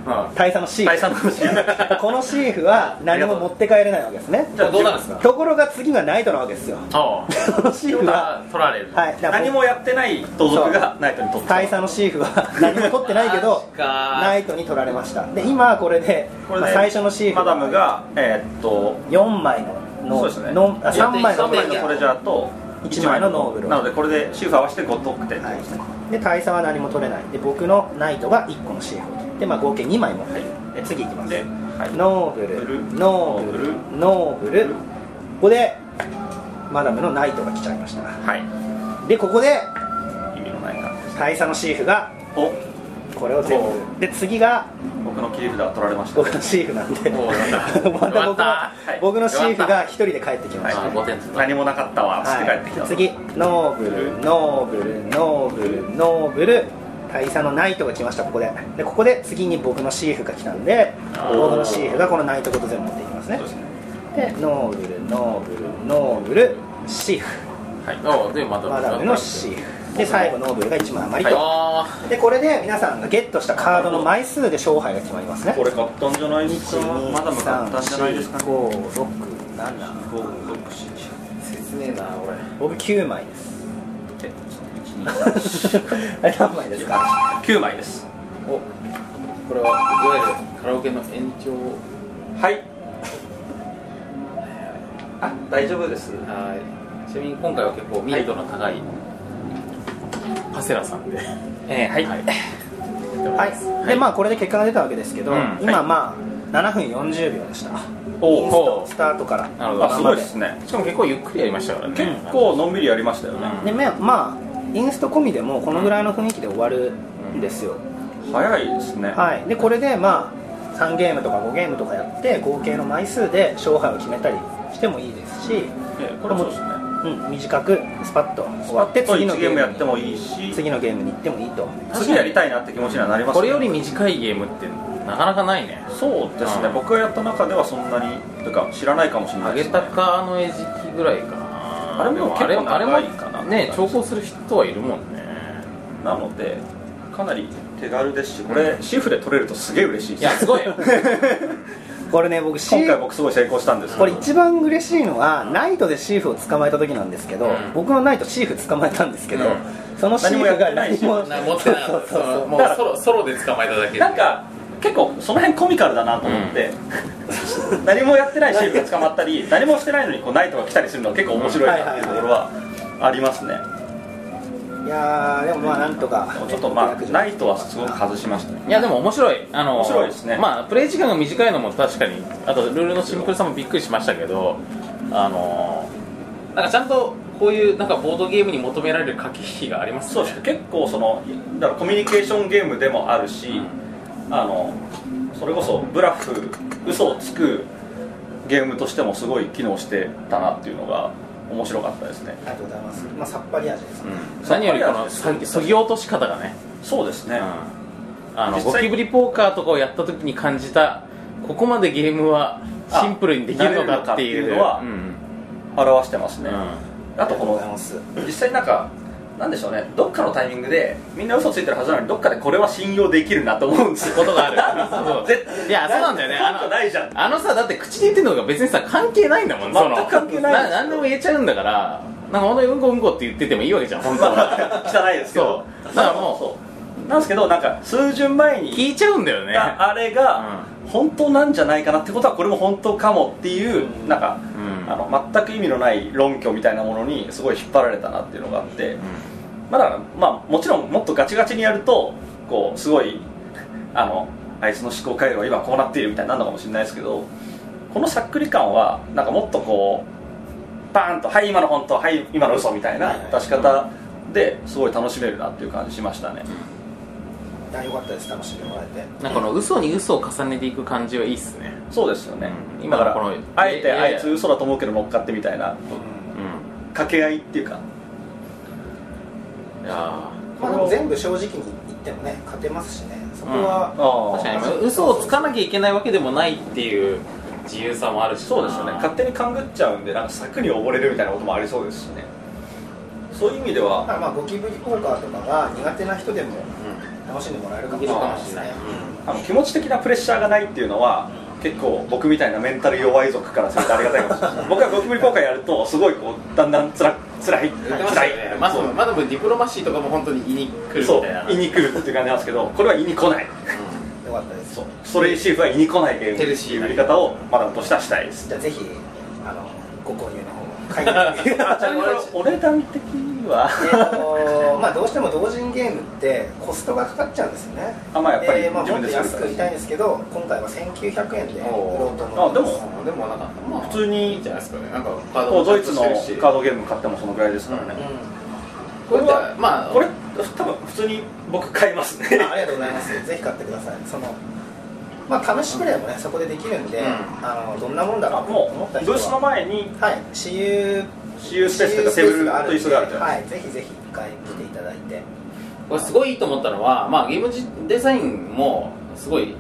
[SPEAKER 2] あ。
[SPEAKER 4] 大佐のシー
[SPEAKER 3] 大
[SPEAKER 4] フ
[SPEAKER 3] 佐の シーフ
[SPEAKER 4] このシーフは何も持って帰れないわけですね
[SPEAKER 2] じゃあどうなるんですか
[SPEAKER 4] ところが次がナイトなわけですよ
[SPEAKER 2] あ
[SPEAKER 4] このシーフは
[SPEAKER 2] あ。取られる。
[SPEAKER 4] はいだから
[SPEAKER 3] 何もやってない盗賊がナイトに取った
[SPEAKER 4] 大佐のシーフは 何も取ってないけど
[SPEAKER 2] マジか
[SPEAKER 4] ナイトに取られましたで今はこれで
[SPEAKER 3] これ
[SPEAKER 4] まあ
[SPEAKER 3] で
[SPEAKER 4] 最初のシーフ
[SPEAKER 3] マダムがえーっと
[SPEAKER 4] 4枚のノ
[SPEAKER 3] そう
[SPEAKER 4] ー
[SPEAKER 3] です
[SPEAKER 4] ブ
[SPEAKER 3] ね
[SPEAKER 4] ルノーあ3枚の
[SPEAKER 2] い
[SPEAKER 4] ノ
[SPEAKER 2] や
[SPEAKER 4] ー
[SPEAKER 3] 1枚
[SPEAKER 4] ブル
[SPEAKER 3] のトレジャーと
[SPEAKER 4] 一枚のノーブル
[SPEAKER 3] なのでこれでシーフ合わせて5得点
[SPEAKER 4] は
[SPEAKER 3] ですね
[SPEAKER 4] いで大佐は何も取れないで僕のナイトが1個のシーフを取って、まあ、合計2枚持ってるで次いきます
[SPEAKER 3] ではい
[SPEAKER 4] ノーブ
[SPEAKER 3] ブ
[SPEAKER 4] ル
[SPEAKER 3] ル
[SPEAKER 4] ノーブルノーブル
[SPEAKER 3] ブル
[SPEAKER 4] ここでマダムのナイトが来ちゃいました
[SPEAKER 3] はい
[SPEAKER 4] でここで
[SPEAKER 3] 意味のない感じです
[SPEAKER 4] 大佐のシーフが
[SPEAKER 3] お
[SPEAKER 4] ここれを全
[SPEAKER 2] お
[SPEAKER 4] 部で次が
[SPEAKER 3] 僕の切り札は取られました
[SPEAKER 4] 僕のシーフなんで
[SPEAKER 2] おうやったや
[SPEAKER 4] また
[SPEAKER 2] っ
[SPEAKER 4] 僕の
[SPEAKER 2] た
[SPEAKER 3] はい
[SPEAKER 4] 僕のシーフが一人で帰ってきました、
[SPEAKER 2] あー5点取った
[SPEAKER 3] 何もなかったわつって帰ってきた
[SPEAKER 4] はい、次ノーブルノーブルノーブルノーブル大佐のナイトが来ましたここででここで次に僕のシーフが来たんで
[SPEAKER 3] あー
[SPEAKER 4] 僕のシーフがこのナイトごと全部持っていきますね
[SPEAKER 3] そうですね
[SPEAKER 4] でノーブルノーブルノーブルシーフ
[SPEAKER 2] はいおうでまた
[SPEAKER 4] マダムのシーフで最後ノーブルが1枚余りと、
[SPEAKER 2] あ
[SPEAKER 4] でこれで皆さんがゲットしたカードの枚数で勝敗が決まりますね
[SPEAKER 3] これ買ったんじゃないですかまだ向かったんじゃないですかね
[SPEAKER 4] 1234567
[SPEAKER 3] 五六七
[SPEAKER 2] 切ねえな俺
[SPEAKER 4] 僕9枚です
[SPEAKER 3] え1 2 3
[SPEAKER 4] あれ何枚ですか
[SPEAKER 3] 9枚です
[SPEAKER 2] おこれはいわゆるカラオケの延長
[SPEAKER 3] はいあ大丈夫です
[SPEAKER 2] はいちなみに今回は結構民度の高い、パセラさんで
[SPEAKER 3] えー、はい、
[SPEAKER 2] はい
[SPEAKER 4] はいでまあこれで結果が出たわけですけど、
[SPEAKER 2] うん
[SPEAKER 4] 今まあ7分40秒でした
[SPEAKER 3] おお
[SPEAKER 2] おう
[SPEAKER 4] スタートから
[SPEAKER 2] なるほど
[SPEAKER 3] あすごいですね
[SPEAKER 2] しかも結構ゆっくりやりましたからね
[SPEAKER 3] 結構のんびりやりましたよね、
[SPEAKER 2] う
[SPEAKER 4] でまあまあインスト込みでもこのぐらいの雰囲気で終わるんですよ、
[SPEAKER 3] 早いですね、
[SPEAKER 4] はい、でこれでまあ3ゲームとか5ゲームとかやって合計の枚数で勝敗を決めたりしてもいいですし、
[SPEAKER 3] えーこれもそうですね
[SPEAKER 4] うん、短くスパッと終わ
[SPEAKER 3] 割
[SPEAKER 4] っ
[SPEAKER 3] ってて次
[SPEAKER 4] 次の
[SPEAKER 3] のゲー
[SPEAKER 4] ゲー
[SPEAKER 3] ム
[SPEAKER 4] ム
[SPEAKER 3] やってもいい
[SPEAKER 4] に
[SPEAKER 3] し
[SPEAKER 4] 次のゲームに行ってもいいと
[SPEAKER 3] 次やりたいなって気持ちにはなります
[SPEAKER 2] これよ
[SPEAKER 3] り
[SPEAKER 2] り短いゲームってなかなかないね
[SPEAKER 3] そうですね、
[SPEAKER 2] うん
[SPEAKER 3] 僕がやった中ではそんなにというか知らないかもしれな
[SPEAKER 2] あ
[SPEAKER 3] いで
[SPEAKER 2] げ
[SPEAKER 3] す、ね、
[SPEAKER 2] たかの餌食ぐらいかな
[SPEAKER 3] あれも結構
[SPEAKER 2] でもあれ
[SPEAKER 3] 長いかな
[SPEAKER 2] あれもね調校する人はいるもんね
[SPEAKER 3] なのでかなり手軽ですしこれ、シーフで取れるとすげえ嬉しいで
[SPEAKER 2] い
[SPEAKER 3] す
[SPEAKER 2] やすご いよ
[SPEAKER 4] これね僕シ
[SPEAKER 3] 今回
[SPEAKER 4] ーフ
[SPEAKER 3] 僕すごい成功したんですけど
[SPEAKER 4] これ一番嬉しいのはナイトでシーフを捕まえた時なんですけど、
[SPEAKER 2] うん
[SPEAKER 4] 僕のナイトシーフ捕まえたんですけど、
[SPEAKER 2] うん
[SPEAKER 4] そのシーフが何も
[SPEAKER 3] 何
[SPEAKER 2] な持ってなかった
[SPEAKER 4] そうそうそう
[SPEAKER 2] もうソロソロで捕まえただけで
[SPEAKER 3] なんか結構その辺コミカルだなと思って、 何もやってないシーフが捕まったり何もしてないのにこうナイトが来たりするのは結構面白いなっていうところはありますね
[SPEAKER 4] いやーでもまあなんとか
[SPEAKER 3] ちょっとまあナイトはすごく外しましたね
[SPEAKER 2] いやでも面白いあの
[SPEAKER 3] 面白いですね
[SPEAKER 2] まあプレイ時間が短いのも確かにあとルールのシンプルさもびっくりしましたけどあのなんかちゃんとこういうなんかボードゲームに求められる駆け引きがあります
[SPEAKER 3] そうですね結構そのだからコミュニケーションゲームでもあるし、あのそれこそブラフ嘘をつくゲームとしてもすごい機能してたなっていうのが面白かったですね
[SPEAKER 4] ありがとうございます、まあ、さっぱり味です、ね
[SPEAKER 2] うん何よりこのそそぎ落とし方がね、
[SPEAKER 3] そうですね、
[SPEAKER 2] うんあの
[SPEAKER 3] 実際
[SPEAKER 2] ゴキブリポーカーとかをやった時に感じたここまでゲームはシンプルにできるのかっていう
[SPEAKER 3] あ慣れるのかって
[SPEAKER 2] う
[SPEAKER 3] い
[SPEAKER 2] ん
[SPEAKER 3] 表してます
[SPEAKER 2] う
[SPEAKER 3] ね、
[SPEAKER 2] ん
[SPEAKER 3] あと
[SPEAKER 4] ありが
[SPEAKER 3] こと
[SPEAKER 4] うご
[SPEAKER 3] の
[SPEAKER 4] ざいます
[SPEAKER 3] 実際なんかなんでしょうねどっかのタイミングでみんな嘘ついてるはずなのにどっかでこれは信用できるなと思うんです
[SPEAKER 2] こ
[SPEAKER 3] よ
[SPEAKER 2] と があるそう
[SPEAKER 3] 絶
[SPEAKER 2] いやそうなんだよね
[SPEAKER 3] なんか
[SPEAKER 2] あの
[SPEAKER 3] ないじゃん
[SPEAKER 2] あのさだって口で言ってるのが別にさ関係ないんだもん
[SPEAKER 3] 全く
[SPEAKER 2] その
[SPEAKER 3] 関係ないですよ
[SPEAKER 2] 何でも言えちゃうんだからなんか本当にうんこうんこって言っててもいいわけじゃん本当は
[SPEAKER 3] 汚いですけど
[SPEAKER 2] そうだからもう
[SPEAKER 3] そうなんですけどなんか数巡前に
[SPEAKER 2] 聞いちゃうんだよね
[SPEAKER 3] ああれが本当なんじゃないかなってことはこれも本当かもっていうなんか、
[SPEAKER 2] うん
[SPEAKER 3] あの全く意味のない論拠みたいなものにすごい引っ張られたなっていうのがあって、まあだからまあもちろんもっとガチガチにやるとこうすごい あのあいつの思考回路は今こうなっているみたいになるのかもしれないですけどこのさっくり感はなんかもっとこうバーンと「はい今の本当はい今の嘘みたいな出し方ですごい楽しめるなっていう感じしましたね、
[SPEAKER 4] いやよかったです楽しんでもらえて
[SPEAKER 2] なんかこの嘘に嘘を重ねていく感じはいいっすね
[SPEAKER 3] そうですよ
[SPEAKER 2] う
[SPEAKER 3] ね、
[SPEAKER 2] ん
[SPEAKER 3] 今から
[SPEAKER 2] だからこの
[SPEAKER 3] あえ
[SPEAKER 2] い
[SPEAKER 3] て
[SPEAKER 2] やいや
[SPEAKER 3] あ
[SPEAKER 2] いや
[SPEAKER 3] いつ嘘だと思うけど乗っかってみたいな
[SPEAKER 2] う
[SPEAKER 3] 掛け合いっていうか
[SPEAKER 2] んいや
[SPEAKER 4] まあ、でも全部正直に言ってもね勝てますしねそこは、
[SPEAKER 3] あ
[SPEAKER 2] 確かに嘘をつかなきゃいけないわけでもないっていう自由さもあるし
[SPEAKER 3] そうですよね勝手に勘ぐっちゃうんでなんか策に溺れるみたいなこともありそうですしねそういう意味で
[SPEAKER 4] だか
[SPEAKER 3] は
[SPEAKER 4] らまあゴキブリポーカーとかが苦手な人でも楽しんでもらえるかもしれないですね
[SPEAKER 3] あの気持ち的なプレッシャーがないっていうのは結構僕みたいなメンタル弱い族からするとありがたいかもし れない僕はゴキブリ効果やるとすごいこうだんだんつら辛い
[SPEAKER 2] 言って
[SPEAKER 3] 辛
[SPEAKER 2] ま
[SPEAKER 3] い
[SPEAKER 2] したよねまずまずディプロマシーとかも本当に言いに来るみ
[SPEAKER 3] そう
[SPEAKER 2] たいな
[SPEAKER 3] 胃に来るっていう感じなんですけどこれは胃に来ない
[SPEAKER 4] よかったです
[SPEAKER 3] そうそれシーフは胃に来ないゲームって
[SPEAKER 2] ヘルシ
[SPEAKER 3] い
[SPEAKER 2] ー
[SPEAKER 3] う
[SPEAKER 2] な
[SPEAKER 3] 売り方をまだとしてはしたいです
[SPEAKER 4] じゃあぜひあのご購入の方を書いて
[SPEAKER 3] あちなみにお値段的には
[SPEAKER 4] まあどうしても同人ゲームってコストがかかっちゃうんですよね
[SPEAKER 3] あまあやっぱり
[SPEAKER 4] でまあ、
[SPEAKER 3] 自
[SPEAKER 4] もっ
[SPEAKER 3] 分
[SPEAKER 4] と
[SPEAKER 3] で
[SPEAKER 4] 安
[SPEAKER 3] 作
[SPEAKER 4] く売
[SPEAKER 3] る
[SPEAKER 4] り
[SPEAKER 3] か
[SPEAKER 4] たいんですけど今回は1900円で売ろうと
[SPEAKER 3] らあ
[SPEAKER 4] 思
[SPEAKER 3] で
[SPEAKER 4] ってます
[SPEAKER 3] も
[SPEAKER 2] でもなんか、まあ、
[SPEAKER 3] 普通
[SPEAKER 2] い
[SPEAKER 3] に
[SPEAKER 2] いんじゃないですかねなんかカード
[SPEAKER 3] ドイツのカー
[SPEAKER 2] ド
[SPEAKER 3] ドゲーム買ってもそのぐらいですからね、
[SPEAKER 4] う
[SPEAKER 2] これはまあ
[SPEAKER 3] これ多分普通に僕買いますね
[SPEAKER 4] あありがとうございますぜひ買ってくださいそのまあ試しプレイもねそこでできるんで、
[SPEAKER 2] うん
[SPEAKER 4] あのどんなもんだろ
[SPEAKER 3] あ
[SPEAKER 4] うと思
[SPEAKER 3] も
[SPEAKER 4] った
[SPEAKER 3] う
[SPEAKER 4] 人
[SPEAKER 3] ブースの
[SPEAKER 4] は
[SPEAKER 3] 前に
[SPEAKER 4] はい私有
[SPEAKER 3] 私有スペースというかテーブルと椅子があるじゃない
[SPEAKER 4] はいぜひぜひ一回来ていただいて
[SPEAKER 2] これすごいいいと思ったのは、まあ、ゲームデザインもすごい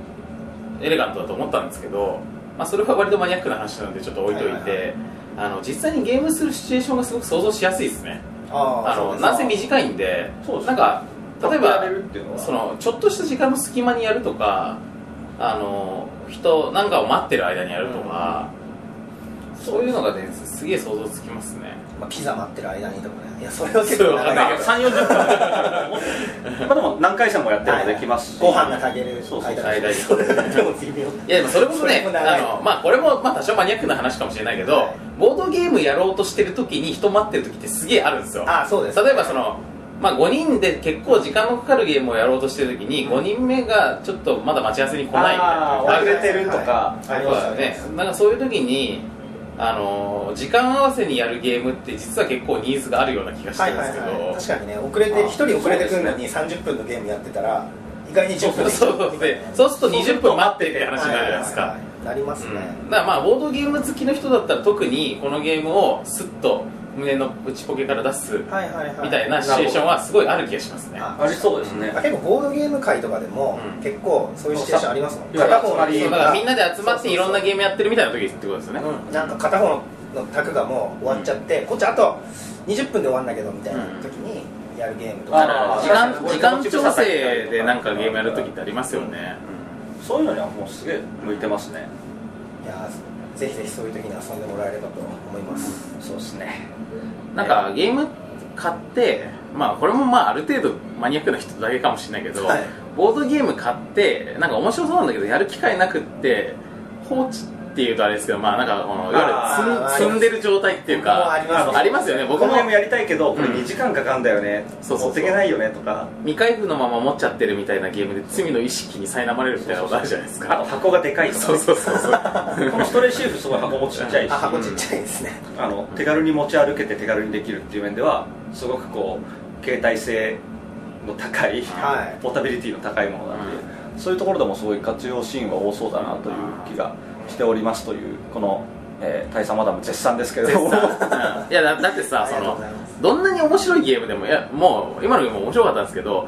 [SPEAKER 2] エレガントだと思ったんですけど、まあ、それは割とマニアックな話なのでちょっと置いとい
[SPEAKER 4] はいはいは
[SPEAKER 2] てあの実際にゲームするシチュエーションがすごく想像しやすいですね
[SPEAKER 4] あ
[SPEAKER 2] あのなんせ
[SPEAKER 4] い
[SPEAKER 2] 短いんで
[SPEAKER 3] そうです
[SPEAKER 2] なんか例え
[SPEAKER 3] や
[SPEAKER 2] ば
[SPEAKER 3] れるっていうのは
[SPEAKER 2] そのちょっとした時間の隙間にやるとかあの人なんかを待ってる間にやるとか、そういうのがねすげえ想像つきますね
[SPEAKER 4] まあ、ピザ待ってる間にとかねいやそれは結
[SPEAKER 2] それ
[SPEAKER 4] 構
[SPEAKER 2] はわかん
[SPEAKER 4] 長
[SPEAKER 2] ないいけ
[SPEAKER 4] けど
[SPEAKER 2] ど
[SPEAKER 3] 3 4 0分 まあでも何回戦もやってるのでできますし
[SPEAKER 4] ご飯が炊ける
[SPEAKER 3] そうそう
[SPEAKER 4] 間に
[SPEAKER 2] そうそう
[SPEAKER 4] でも微妙
[SPEAKER 2] いやでもそれも
[SPEAKER 4] そ
[SPEAKER 2] ね
[SPEAKER 4] れも長
[SPEAKER 2] あ
[SPEAKER 4] い
[SPEAKER 2] の、まあ、これもまあ多少マニアックな話かもしれないけど、
[SPEAKER 4] はい
[SPEAKER 2] ボードゲームやろうとしてる時に人待ってる時ってすげえあるんですよ
[SPEAKER 4] あそうです
[SPEAKER 2] 例えばその、まあ、5人で結構時間のかかるゲームをやろうとしてる時に5人目がちょっとまだ待ち合わせに来ないみたいな
[SPEAKER 3] あー遅れてるとか
[SPEAKER 4] はいあり
[SPEAKER 2] そう
[SPEAKER 4] ま
[SPEAKER 2] だ
[SPEAKER 4] す
[SPEAKER 2] よ
[SPEAKER 4] ね
[SPEAKER 2] ねなんかそういう時にあのー時間合わせにやるゲームって実は結構ニーズがあるような気がして
[SPEAKER 4] はい
[SPEAKER 2] るん
[SPEAKER 4] は
[SPEAKER 2] で
[SPEAKER 4] い
[SPEAKER 2] すけど、
[SPEAKER 4] はい確かにね遅れて
[SPEAKER 2] あ
[SPEAKER 4] 一人遅れてくるのに30分のゲームやってたら意外に10分
[SPEAKER 2] そうそうでそうすると20分待ってって話になるじゃないですか、
[SPEAKER 4] はははなりますね、
[SPEAKER 2] うんだからまあボードゲーム好きの人だったら特にこのゲームをスッと胸の内ポケから出す
[SPEAKER 4] はいはいはい
[SPEAKER 2] みたいなシチュエーションはすごいある気がしますね
[SPEAKER 4] あ
[SPEAKER 3] ありそうですね
[SPEAKER 4] あ結構ボードゲーム界とかでも、
[SPEAKER 2] うん
[SPEAKER 4] 結構そういうシチュエーションありますもん
[SPEAKER 3] そう
[SPEAKER 4] 片方の
[SPEAKER 3] そう
[SPEAKER 2] そうだからみんなで集まっていろんな
[SPEAKER 4] ー
[SPEAKER 2] ゲームやってるみたいな時ってことですよね、
[SPEAKER 3] うん
[SPEAKER 4] ムなんか片方の卓がもう終わっちゃって、こっちあと20分で終わんだけどみたいな時にやるゲームとか、
[SPEAKER 3] あら
[SPEAKER 2] 時間
[SPEAKER 3] そう
[SPEAKER 2] 時間調整でなんかゲームやる時ってありますよね、
[SPEAKER 3] そういうのにはもうすげえ向いてますね
[SPEAKER 4] いやーぜひぜひそういう時に遊んでもらえればと思います、
[SPEAKER 3] そうですね
[SPEAKER 2] なんかゲーム買ってまあこれもまあある程度マニアックな人だけかもしれないけど、
[SPEAKER 4] はい
[SPEAKER 2] ボードゲーム買ってなんか面白そうなんだけどやる機会なくって放置っていうとあれですけどまあなんかこのいわゆる
[SPEAKER 4] あー
[SPEAKER 2] 積ん積んでる状態っていうか
[SPEAKER 4] ありますね
[SPEAKER 2] ありますよね僕も
[SPEAKER 3] 僕のゲームやりたいけどこれ
[SPEAKER 2] うん
[SPEAKER 3] 2時間かかんだよね
[SPEAKER 2] そうそうそう
[SPEAKER 3] 持っていけないよねとか
[SPEAKER 2] 未開封のまま持っちゃってるみたいなゲームで罪の意識に苛まれるみたいなことあるじゃないです
[SPEAKER 3] あと
[SPEAKER 2] か
[SPEAKER 3] 箱がでかいと か
[SPEAKER 2] そう
[SPEAKER 3] ね
[SPEAKER 2] そうそうそう
[SPEAKER 3] このストレーシーフすごい箱もちっちゃいし
[SPEAKER 4] あ箱ちっちゃいですね、
[SPEAKER 3] あの手軽に持ち歩けて手軽にできるっていう面ではすごくこう携帯性の高い、
[SPEAKER 4] はい
[SPEAKER 3] ポータビリティの高いものなんで、そういうところでもすごい活用シーンは多そうだなという気がしておりますというこの、えー大佐マダム絶賛ですけれど
[SPEAKER 2] 絶
[SPEAKER 3] も
[SPEAKER 2] 賛いやだだってさ
[SPEAKER 4] あ
[SPEAKER 2] そ
[SPEAKER 4] りが
[SPEAKER 2] の
[SPEAKER 4] とうございます
[SPEAKER 2] どんなに面白いゲームでもいやもう今のゲームも面白かったんですけど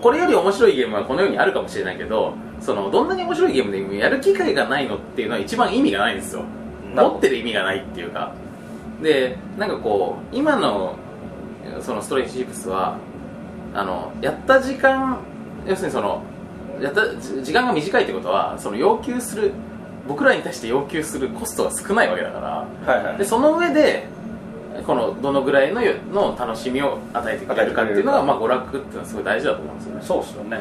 [SPEAKER 2] これより面白いゲームはこの世にあるかもしれないけどそのどんなに面白いゲームでもやる機会がないのっていうのは一番意味がないんですよ
[SPEAKER 3] なるほど
[SPEAKER 2] 持ってる意味がないっていうかでなんかこう今のそのストレイシープスはあのやった時間要するにそのやった時間が短いってことはその要求する僕らに対して要求するコストが少ないわけだから
[SPEAKER 3] はいはい
[SPEAKER 2] でその上でこのどのぐらいのよの楽しみを与えてくれるかっていうのが、まあ、娯楽っていうのはすごい大事だと思うんですよね
[SPEAKER 3] そうですよね、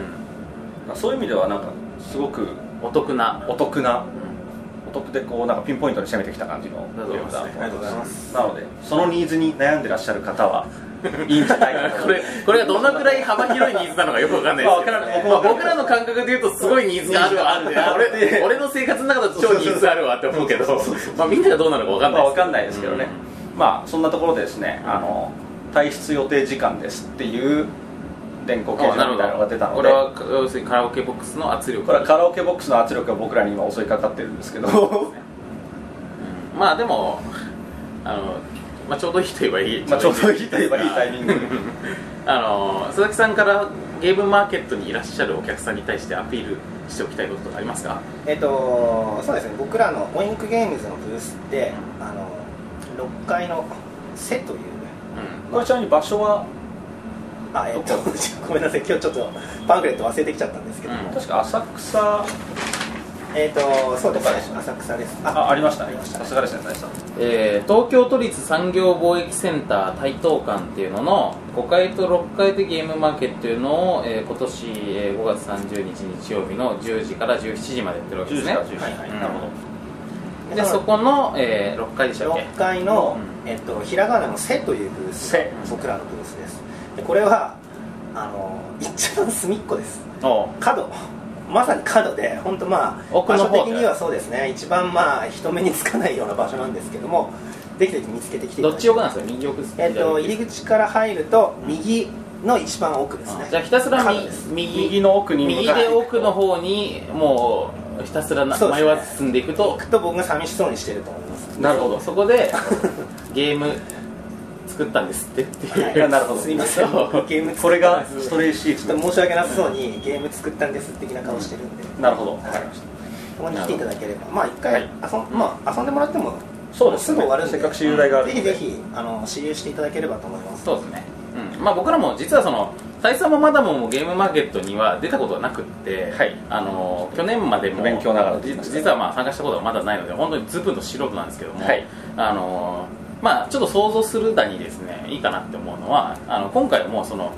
[SPEAKER 3] そういう意味ではなんかすごく
[SPEAKER 2] お得な、
[SPEAKER 3] お得な
[SPEAKER 2] うん
[SPEAKER 3] お得でこうなんかピンポイントに攻めてきた感じの
[SPEAKER 2] だと思いますね
[SPEAKER 3] ゲーム
[SPEAKER 4] ありがとうございます
[SPEAKER 3] なのでそのニーズに悩んでらっしゃる方はいいんじゃないかなと
[SPEAKER 2] これこれがどのくらい幅広いニーズなのかよくわかんないですけど、
[SPEAKER 3] まあわからない
[SPEAKER 2] まあ僕らの感覚で言うとすごいニーズがあるわあるであ俺俺の生活の中だと超ニーズあるわって思うけどまあみんながどうなのかわかん
[SPEAKER 3] ま
[SPEAKER 2] な
[SPEAKER 3] あ、
[SPEAKER 2] い
[SPEAKER 3] わかんないですけどね、まあそんなところでですね、あの退出予定時間ですっていう電光
[SPEAKER 2] うん
[SPEAKER 3] 掲
[SPEAKER 2] あな
[SPEAKER 3] 示
[SPEAKER 2] るほ
[SPEAKER 3] みたいなのが
[SPEAKER 2] ど
[SPEAKER 3] 出たの
[SPEAKER 2] こ
[SPEAKER 3] で
[SPEAKER 2] れは要するにカラオケボックスの圧力
[SPEAKER 3] これはカラオケボックスの圧力が僕らに今襲いかかってるんです けど
[SPEAKER 2] まあでもあの、まあ、ちょうどいいと言えばいい
[SPEAKER 3] まあちょうどいいといえばいいタイ ミング
[SPEAKER 2] あの佐々木さんからゲームマーケットにいらっしゃるお客さんに対してアピールしておきたいこととかありますか
[SPEAKER 4] えっとそうですね僕らのオインクゲームズのブースってあの6階の瀬という
[SPEAKER 2] うん
[SPEAKER 3] これちなみに場所は
[SPEAKER 4] あえっと ごめんなさい今日ちょっとパンフレット忘れてきちゃったんですけど、
[SPEAKER 2] うん
[SPEAKER 3] 確か浅草
[SPEAKER 4] えっとそうですね
[SPEAKER 3] どこです
[SPEAKER 4] 浅草です
[SPEAKER 3] あありました
[SPEAKER 4] あり
[SPEAKER 3] ね
[SPEAKER 4] ました
[SPEAKER 3] さすがですね大佐
[SPEAKER 2] えー東京都立産業貿易センター台東館っていうのの5階と6階でゲームマーケットっていうのを、えー今年、えー5月30日日曜日の10時から17時までやってるわけで
[SPEAKER 3] 10
[SPEAKER 2] す
[SPEAKER 3] 時
[SPEAKER 2] ね
[SPEAKER 3] から10時、
[SPEAKER 4] はいはい
[SPEAKER 3] なるほど
[SPEAKER 4] で
[SPEAKER 2] でそこの、え6階でしたっけ
[SPEAKER 4] 6階の、
[SPEAKER 2] う
[SPEAKER 4] えっと、ひらがなの「せ」というブース
[SPEAKER 3] せ
[SPEAKER 4] 僕らのブースですでこれはあの一番隅っこです
[SPEAKER 2] おう
[SPEAKER 4] 角まさに角で本当まあ
[SPEAKER 2] 奥の方
[SPEAKER 4] 場所的にはそうですね一番まあ人目につかないような場所なんですけどもぜひぜひ見つけてきてい
[SPEAKER 2] ど
[SPEAKER 4] ただ
[SPEAKER 2] っち
[SPEAKER 4] きたい
[SPEAKER 2] 横なんですか右横ですか
[SPEAKER 4] えっと、入り口から入ると右の一番奥ですね
[SPEAKER 2] じゃあひたすらみ
[SPEAKER 4] 角です
[SPEAKER 2] 右
[SPEAKER 3] 右の奥に向
[SPEAKER 2] 右
[SPEAKER 3] かって
[SPEAKER 2] で奥の方にもうひたすらな
[SPEAKER 4] そうです
[SPEAKER 2] 迷
[SPEAKER 4] ね
[SPEAKER 2] わず進んでいくと
[SPEAKER 4] 行くと僕が寂しそうにしてると思います
[SPEAKER 3] なるほど
[SPEAKER 2] そこでゲーム作ったんですってっていう、
[SPEAKER 3] はいなるほど
[SPEAKER 4] すいません
[SPEAKER 2] そう
[SPEAKER 4] ゲーム作った
[SPEAKER 3] これがストレイシ
[SPEAKER 4] ち
[SPEAKER 3] ー
[SPEAKER 4] ょ
[SPEAKER 3] ト
[SPEAKER 4] っと申し訳なさそうにゲーム作ったんです的な顔してるんで、
[SPEAKER 3] なるほど
[SPEAKER 4] はい
[SPEAKER 3] わかりました
[SPEAKER 4] たまに来ていただければまあ一回、
[SPEAKER 3] はい
[SPEAKER 4] 遊んまあ、遊んでもらっても
[SPEAKER 3] そうです
[SPEAKER 4] ぐ終わるんで
[SPEAKER 3] せっかく私有代がある
[SPEAKER 4] ぜ
[SPEAKER 3] の
[SPEAKER 4] ひ
[SPEAKER 3] で
[SPEAKER 4] ぜひあの私有していただければと思います
[SPEAKER 2] そうですね、うんまあ、僕らも実はその大佐もマダムもゲームマーケットには出たことはなくって、
[SPEAKER 3] はい
[SPEAKER 2] あの去年までも
[SPEAKER 3] 勉強ながら
[SPEAKER 2] 実実はまあ参加したことはまだないので本当にズブの素人なんですけども、
[SPEAKER 3] はい
[SPEAKER 2] あのまあ、ちょっと想像するだにですねいいかなって思うのはあの今回もその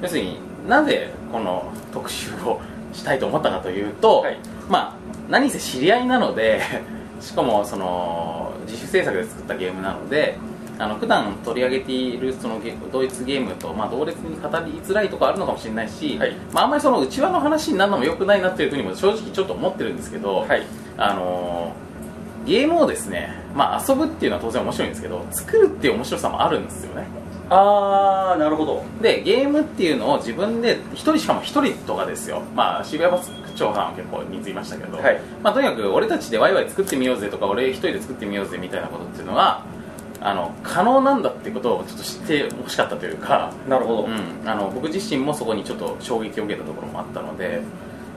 [SPEAKER 2] 要するになぜこの特集をしたいと思ったかというと、
[SPEAKER 3] はい
[SPEAKER 2] まあ何せ知り合いなので しかもその自主制作で作ったゲームなのであの普段取り上げているそのゲドイツゲームと、まあ、同列に語りづらいとこあるのかもしれないし、
[SPEAKER 3] はい
[SPEAKER 2] まあ、あんまりその内輪の話になるのも良くないなっていうふうにも正直ちょっと思ってるんですけど、
[SPEAKER 3] はい
[SPEAKER 2] あのーゲームをですね、まあ、遊ぶっていうのは当然面白いんですけど作るっていう面白さもあるんですよね
[SPEAKER 3] ああなるほど
[SPEAKER 2] でゲームっていうのを自分で一人しかも一人とかですよまあ渋谷バス区長さんは結構人数いましたけど、
[SPEAKER 3] はい
[SPEAKER 2] まあ、とにかく俺たちでワイワイ作ってみようぜとか俺一人で作ってみようぜみたいなことっていうのはあの可能なんだってことをちょっと知ってほしかったというか
[SPEAKER 3] なるほど、
[SPEAKER 2] うん、あの僕自身もそこにちょっと衝撃を受けたところもあったので、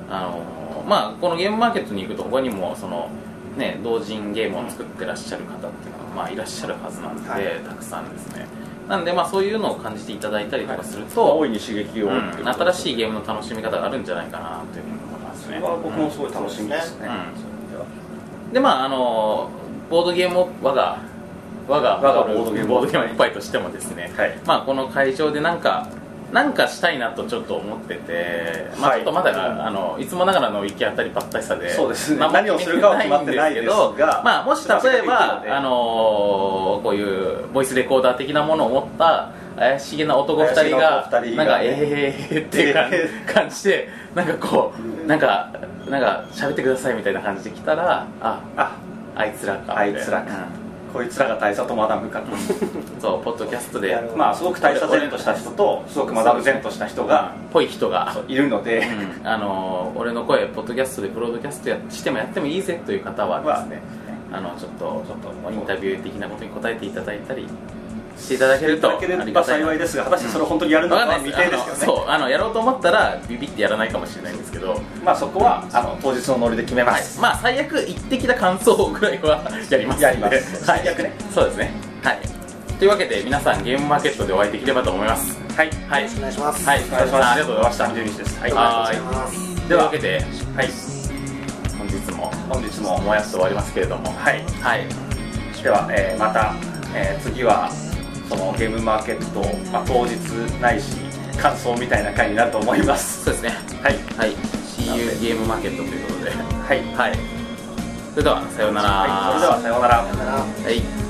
[SPEAKER 2] あのまあ、このゲームマーケットに行くと他にもその、ね、同人ゲームを作ってらっしゃる方っていうのが、まあ、いらっしゃるはずなんで、
[SPEAKER 4] はい
[SPEAKER 2] たくさんですねなんで、まあ、そういうのを感じていただいたりとかすると、
[SPEAKER 3] 大いに刺激を、
[SPEAKER 2] うん新しい
[SPEAKER 3] ゲ
[SPEAKER 2] ゲームの楽しみ方があるんじゃないかなというふうに思います
[SPEAKER 3] それ
[SPEAKER 2] ね
[SPEAKER 3] は僕もすごい楽しみです
[SPEAKER 2] うんうん
[SPEAKER 3] ね、そういう意味では
[SPEAKER 2] うんでまああのボードゲームを我が我が
[SPEAKER 3] 我がボードゲーム
[SPEAKER 2] ボードゲームいっぱいとしてもですね、
[SPEAKER 3] はい
[SPEAKER 2] まあ、この会場でなんか、なんかしたいなとちょっと思ってて、まあ、
[SPEAKER 3] はい
[SPEAKER 2] ちょっとまだ、あのいつもながらの行き当たりばったりさで、
[SPEAKER 3] そうですね
[SPEAKER 2] まあ
[SPEAKER 3] 何をするかは決まってないです
[SPEAKER 2] 決
[SPEAKER 3] が
[SPEAKER 2] まってないんですけどまあ、もし例えば、
[SPEAKER 3] まあ
[SPEAKER 2] あのこういうボイスレコーダー的なものを持った怪しげな男2人が、
[SPEAKER 3] 怪しげな男二人が
[SPEAKER 2] なんか、えー、えー、っていう感
[SPEAKER 3] え
[SPEAKER 2] 感じで、なんかこう、なんか、なんか喋ってくださいみたいな感じで来たら、あ
[SPEAKER 3] あ
[SPEAKER 2] あいつらか、
[SPEAKER 3] あいつらかこいつらが大佐とマダムか
[SPEAKER 2] うんそう、ポッドキャストで
[SPEAKER 4] なる、ほど
[SPEAKER 3] まあすごく大佐然とした人とすごくマダム然とした人が
[SPEAKER 2] ぽい人が。
[SPEAKER 3] いるので、
[SPEAKER 2] うんあの俺の声、ポッドキャストでブロードキャストやしてもやってもいいぜという方はですね、あのちょっとちょっとインタビュー的なことに答えていただいたりしていただけると
[SPEAKER 3] だければ幸いですが果たしてそれを本当にやるの
[SPEAKER 2] わか
[SPEAKER 3] か
[SPEAKER 2] んな
[SPEAKER 3] は
[SPEAKER 2] で
[SPEAKER 3] い未
[SPEAKER 2] すあの
[SPEAKER 3] 定ですけどね
[SPEAKER 2] そうあのやろうと思ったらビビってやらないかもしれないんですけど、
[SPEAKER 3] まあそこはあの当日のノリで決めま
[SPEAKER 2] はい
[SPEAKER 3] す、
[SPEAKER 2] まあ、最悪、行ってきた感想ぐらいはやりますんで
[SPEAKER 3] やります
[SPEAKER 2] はい、
[SPEAKER 3] 最悪ね
[SPEAKER 2] そうですね、はい、というわけで皆さんゲームマーケットでお会いできればと思います
[SPEAKER 3] はい
[SPEAKER 2] はい、
[SPEAKER 4] お願いします
[SPEAKER 2] はい、
[SPEAKER 3] お願いします
[SPEAKER 2] ありがとうございました
[SPEAKER 3] 12日です
[SPEAKER 2] はい
[SPEAKER 4] ありがとうございます
[SPEAKER 2] では、というわけで
[SPEAKER 3] はい
[SPEAKER 2] 本日も
[SPEAKER 3] 本日も
[SPEAKER 2] もやっと終わりますけれども
[SPEAKER 3] はい
[SPEAKER 2] はい、
[SPEAKER 3] では、えーまた、えー次はそのゲームマーケット、まあ、当日ないし感想みたいな回になると思います
[SPEAKER 2] そうですね
[SPEAKER 3] はい
[SPEAKER 2] はい、CU ゲームマーケットということで
[SPEAKER 3] はい、はい、
[SPEAKER 2] はい、それではさようなら
[SPEAKER 3] それではさようなら
[SPEAKER 4] さよなら
[SPEAKER 2] はい